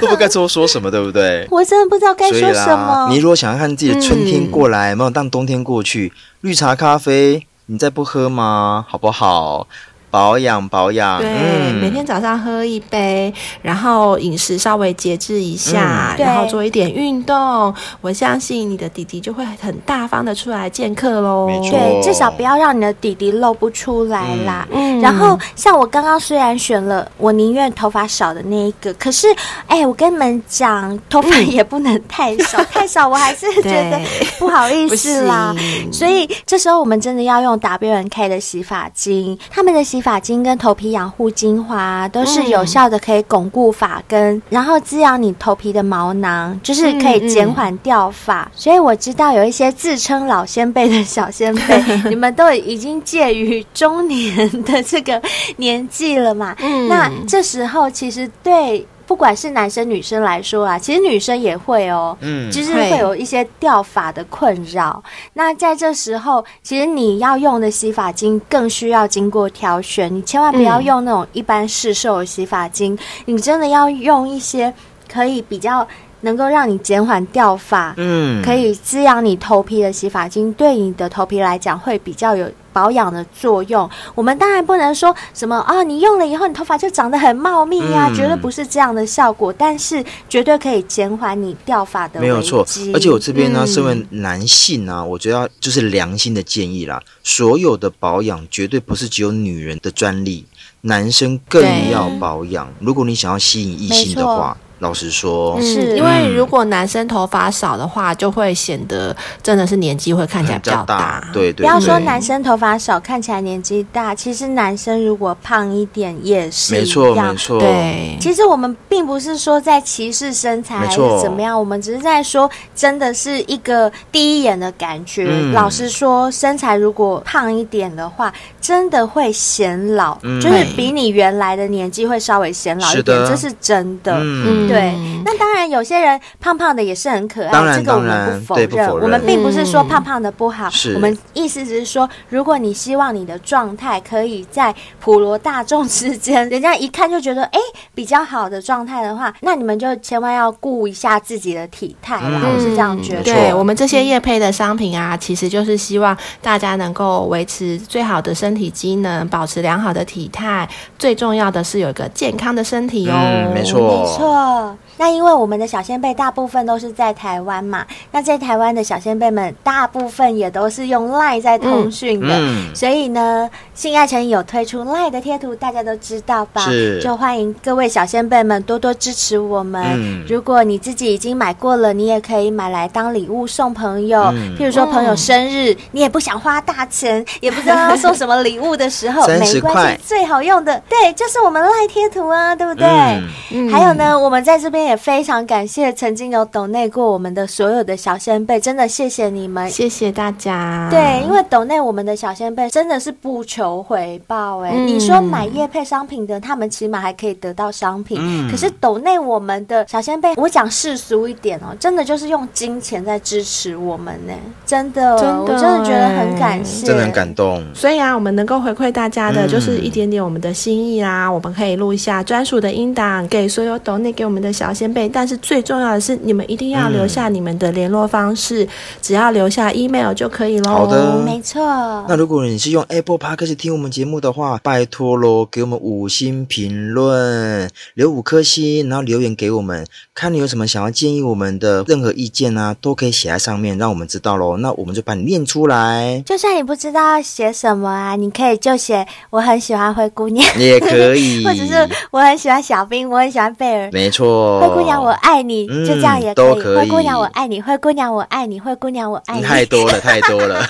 Speaker 3: 都不该多说什么，对不对？
Speaker 2: 我真的不知道该
Speaker 3: 所以
Speaker 2: 说什
Speaker 3: 啦
Speaker 2: 么，
Speaker 3: 你。如果想要看自己的春天过来，没有让冬天过去，绿茶咖啡你再不喝吗？好不好？保养保养，
Speaker 4: 对，
Speaker 3: 嗯，
Speaker 4: 每天早上喝一杯，然后饮食稍微节制一下，
Speaker 2: 嗯
Speaker 4: 然后
Speaker 2: 对
Speaker 4: 做一点运动，我相信你的弟弟就会很大方的出来见客喽。
Speaker 3: 没错
Speaker 2: 对，至少不要让你的弟弟露不出来啦。
Speaker 4: 嗯
Speaker 2: 然后像我刚刚虽然选了，我宁愿头发少的那一个，可是，哎，我跟你们讲，头发也不能太少，太少我还是觉得
Speaker 4: 嗯 [LAUGHS] 对
Speaker 2: 不好意
Speaker 4: 不
Speaker 2: 思啦。
Speaker 4: 行
Speaker 2: 所以这时候我们真的要用 W N K 的洗发精，他们的洗发精跟头皮养护精华、都是有效的，可以巩固发根，然后滋养你头皮的毛囊，就是可以减缓掉发。所以我知道有一些自称老先辈的小先辈，你们都已经介于中年的这个年纪了嘛？
Speaker 4: 嗯
Speaker 2: 那这时候其实对。不管是男生女生来说啊，其实女生也会哦，
Speaker 3: 嗯
Speaker 2: 就是会有一些掉发的困扰。那在这时候，其实你要用的洗发精更需要经过挑选，你千万不要
Speaker 4: 嗯
Speaker 2: 用那种一般市售的洗发精，你真的要用一些可以比较能够让你减缓掉发，
Speaker 3: 嗯，
Speaker 2: 可以滋养你头皮的洗发精，对你的头皮来讲会比较有保养的作用。我们当然不能说什么啊，你用了以后你头发就长得很茂密呀、
Speaker 3: 嗯
Speaker 2: 绝对不是这样的效果，但是绝对可以减缓你掉发的
Speaker 3: 没有错
Speaker 2: 危机，
Speaker 3: 而且我这边呢，
Speaker 4: 嗯
Speaker 3: 身为男性呢、我觉得要就是良心的建议啦，所有的保养绝对不是只有女人的专利，男生更
Speaker 4: 对
Speaker 3: 要保养。如果你想要吸引异性的话，老实说，
Speaker 2: 是
Speaker 4: 嗯，因为如果男生头发少的话，就会显得真的是年纪会看起来比
Speaker 3: 嗯比较
Speaker 4: 较
Speaker 3: 大，
Speaker 4: 大。
Speaker 3: 对对对，
Speaker 2: 不要说男生头发少看起来年纪大，其实男生如果胖一点也是
Speaker 3: 没
Speaker 2: 一
Speaker 3: 错
Speaker 2: 样
Speaker 3: 没错，
Speaker 4: 对，
Speaker 2: 其实我们并不是说在歧视身材
Speaker 3: 没
Speaker 2: 还是
Speaker 3: 错
Speaker 2: 怎么样，我们只是在说，真的是一个第一眼的感觉。
Speaker 3: 嗯
Speaker 2: 老实说，身材如果胖一点的话，真的会显老，
Speaker 3: 嗯
Speaker 2: 就是比你原来的年纪会稍微显老一
Speaker 3: 是
Speaker 2: 点，
Speaker 3: 的
Speaker 2: 这是真的。
Speaker 3: 嗯，
Speaker 2: 对，那当然，有些人胖胖的也是很可爱，
Speaker 3: 当然
Speaker 2: 这个我们
Speaker 3: 当
Speaker 2: 不否
Speaker 3: 然
Speaker 2: 认。
Speaker 3: 对不否认
Speaker 2: 我们并不是说
Speaker 4: 嗯
Speaker 2: 胖胖的不好，
Speaker 3: 是
Speaker 2: 我们意思只是说，如果你希望你的状态可以在普罗大众之间，人家一看就觉得哎比较好的状态的话，那你们就千万要顾一下自己的体态啦，
Speaker 3: 嗯
Speaker 2: 我是这样觉得。
Speaker 3: 没错
Speaker 4: 对我们这些业配的商品啊，其实就是希望大家能够维持最好的身体机能，保持良好的体态，最重要的是有一个健康的身体哦。
Speaker 3: 嗯没错
Speaker 2: 没错，那因为我们的小先辈大部分都是在台湾嘛，那在台湾的小先辈们大部分也都是用 LINE 在通讯的，
Speaker 3: 嗯嗯
Speaker 2: 所以呢，性爱成瘾有推出 LINE 的贴图，大家都知道吧
Speaker 3: 是？
Speaker 2: 就欢迎各位小先辈们多多支持我们。
Speaker 3: 嗯
Speaker 2: 如果你自己已经买过了，你也可以买来当礼物送朋友，
Speaker 3: 嗯
Speaker 2: 譬如说朋友生日，你也不想花大
Speaker 3: [LAUGHS]
Speaker 2: 钱，也不知道要送什么礼物的时候，
Speaker 3: 30
Speaker 2: 没关
Speaker 3: 块
Speaker 2: 系，最好用的，对，就是我们赖贴图啊，对不对？
Speaker 3: 嗯
Speaker 4: 嗯
Speaker 2: 还有呢，我们在这边也非常感谢曾经有抖内过我们的所有的小先辈，真的谢谢你们。
Speaker 4: 谢谢大家。
Speaker 2: 对，因为抖内我们的小先辈真的是不求回报哎、
Speaker 4: 嗯
Speaker 2: 你说买业配商品的，他们起码还可以得到商品，
Speaker 3: 嗯
Speaker 2: 可是抖内我们的小先辈，我讲世俗一点哦，真的就是用金钱在支持我们呢、真的，
Speaker 4: 真的
Speaker 2: 我真的觉得很
Speaker 4: 哎
Speaker 2: 感谢，
Speaker 3: 真的很感动。
Speaker 4: 所以啊，我们能够回馈大家的
Speaker 3: 嗯
Speaker 4: 就是一点点我们的心意啦。我们可以录一下专属的音档给所有抖内给我们的小先辈，但是最重要的是，你们一定要
Speaker 3: 嗯
Speaker 4: 留下你们的联络方式，只要留下 email 就可以喽。
Speaker 3: 好的
Speaker 2: 没错。
Speaker 3: 那如果你是用 Apple Podcast 听我们节目的话，拜托喽，给我们五星评论，留五颗星，然后留言给我们，看你有什么想要建议我们的任何意见啊，都可以写在上面，让我们知道喽。那我们就把你念出来，
Speaker 2: 就算你不知道要写什么啊，你可以就写我很喜欢灰姑娘，
Speaker 3: 也可
Speaker 2: [LAUGHS]
Speaker 3: 以，
Speaker 2: 或者是我很喜欢小兵，我很喜欢贝尔。
Speaker 3: 没错，
Speaker 2: 灰姑娘，我爱你，
Speaker 3: 嗯
Speaker 2: 就这样也
Speaker 3: 都
Speaker 2: 可以。
Speaker 3: 可以
Speaker 2: 灰姑娘，我爱你。灰姑娘，我爱你。灰姑娘，我爱你。[LAUGHS]
Speaker 3: [LAUGHS] 太多了，太多了。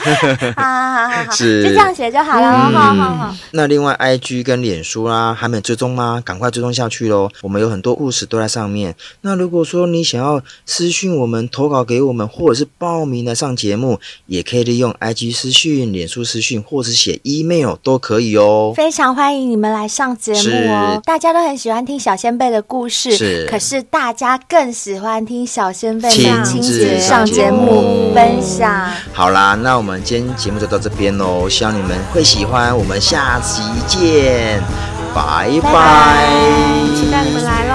Speaker 2: 好好好好好，
Speaker 3: 是嗯
Speaker 2: 就这样写就好了。好好好好，
Speaker 3: 那另外，IG 跟脸书啦、还没有追踪吗？赶快追踪下去喽！我们有很多故事都在上面。那如果说你想要私讯我们、投稿给我们，或者是报名来上节目，也可以利用 IG 私讯、脸书私讯，或者是写 email 都可以哦。
Speaker 2: 非常欢迎你们来上节目
Speaker 3: 是
Speaker 2: 哦！大家都很喜欢听小先辈的故事，
Speaker 3: 是
Speaker 2: 可是大家更喜欢听小先辈
Speaker 3: 亲
Speaker 2: 们亲
Speaker 3: 自
Speaker 2: 自
Speaker 3: 上
Speaker 2: 上节
Speaker 3: 节
Speaker 2: 目
Speaker 3: 目
Speaker 2: 分享。
Speaker 3: 好啦，那我们今天节目就到这边喽，希望你们会喜欢。我们下期见，拜拜
Speaker 2: 拜
Speaker 4: 期待你们来喽。
Speaker 3: 嗯